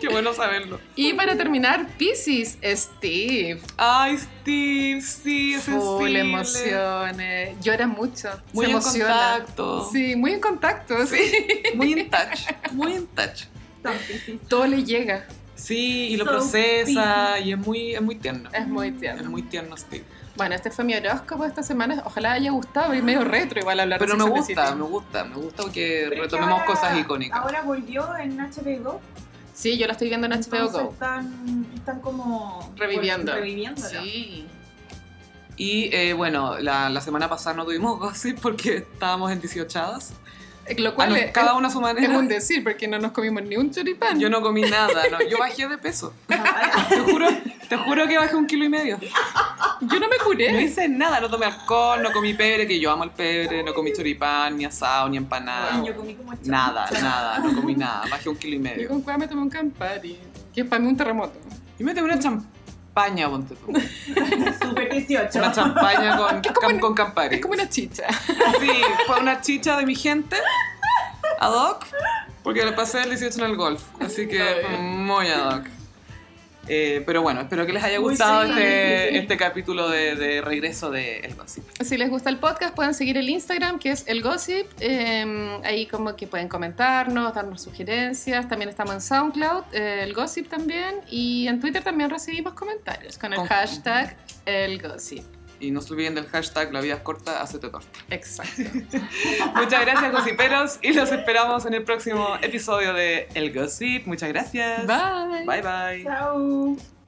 Speaker 1: Qué bueno saberlo.
Speaker 2: Y para terminar, Pisces, Steve.
Speaker 1: Ay, Steve, sí, es
Speaker 2: Full
Speaker 1: sensible.
Speaker 2: emociones. Llora mucho.
Speaker 1: Muy
Speaker 2: se
Speaker 1: en
Speaker 2: emociona.
Speaker 1: contacto.
Speaker 2: Sí, muy en contacto. sí.
Speaker 1: Muy in touch, muy in touch.
Speaker 3: Tan piscis.
Speaker 2: Todo le llega.
Speaker 1: Sí, y lo
Speaker 3: So
Speaker 1: procesa y es muy, es muy tierno.
Speaker 2: Es muy tierno.
Speaker 1: Es muy tierno, Steve.
Speaker 2: Bueno, este fue mi horóscopo de esta semana. Ojalá haya gustado. Y medio retro igual hablar
Speaker 1: Pero
Speaker 2: de
Speaker 1: me
Speaker 2: Sex and the
Speaker 1: gusta,
Speaker 2: City.
Speaker 1: me gusta, me gusta que
Speaker 3: Pero es que
Speaker 1: retomemos
Speaker 3: ahora-
Speaker 1: cosas icónicas.
Speaker 3: Ahora volvió en HBO Go.
Speaker 2: Sí, yo la estoy viendo en HBO
Speaker 3: entonces
Speaker 2: Go.
Speaker 3: Están, están como
Speaker 2: Reviviendo.
Speaker 3: reviviéndola.
Speaker 2: Sí.
Speaker 1: Y eh, bueno, la, la semana pasada no tuvimos gossip porque estábamos en 18
Speaker 2: Lo
Speaker 1: Ah,
Speaker 2: cual
Speaker 1: no,
Speaker 2: es,
Speaker 1: cada una a su
Speaker 2: es
Speaker 1: manera.
Speaker 2: un decir, porque no nos comimos ni un choripán.
Speaker 1: Yo no comí nada, no. Yo bajé de peso.
Speaker 3: Ah,
Speaker 1: Te juro, te juro que bajé un kilo y medio.
Speaker 2: Yo no me curé.
Speaker 1: No hice nada, no tomé alcohol, no comí pebre, que yo amo el pebre, no comí choripán, ni asado, ni empanada.
Speaker 3: yo comí como chorcha.
Speaker 1: Nada, nada, no comí nada. Bajé un kilo y
Speaker 2: Yo
Speaker 1: medio.
Speaker 2: con cueva me tomé un Campari, que es para mí un terremoto.
Speaker 1: Y me tomé una champaña, ponte tú.
Speaker 3: Súper 18.
Speaker 1: Una champaña con, cam- con Campari.
Speaker 2: Es como una chicha.
Speaker 1: Sí, fue una chicha de mi gente, ad hoc, porque le pasé el 18 en el golf. Así que
Speaker 2: Está
Speaker 1: fue
Speaker 2: bien.
Speaker 1: muy ad hoc. Eh, pero bueno, espero que les haya
Speaker 3: Muy
Speaker 1: gustado
Speaker 3: sí,
Speaker 1: este,
Speaker 3: sí.
Speaker 1: este capítulo de, de regreso de El Gossip.
Speaker 2: Si les gusta el podcast, pueden seguir el Instagram, que es el gossip. Eh, ahí como que pueden comentarnos, darnos sugerencias. También estamos en SoundCloud, eh, el gossip también. Y en Twitter también recibimos comentarios con el
Speaker 1: Con-
Speaker 2: hashtag el gossip.
Speaker 1: Y no se olviden del hashtag La vida es corta, hacete torta.
Speaker 2: Exacto.
Speaker 1: Muchas gracias, gossiperos, y los esperamos en el próximo episodio de El Gossip. Muchas gracias.
Speaker 2: Bye.
Speaker 1: Bye, bye.
Speaker 3: Chao.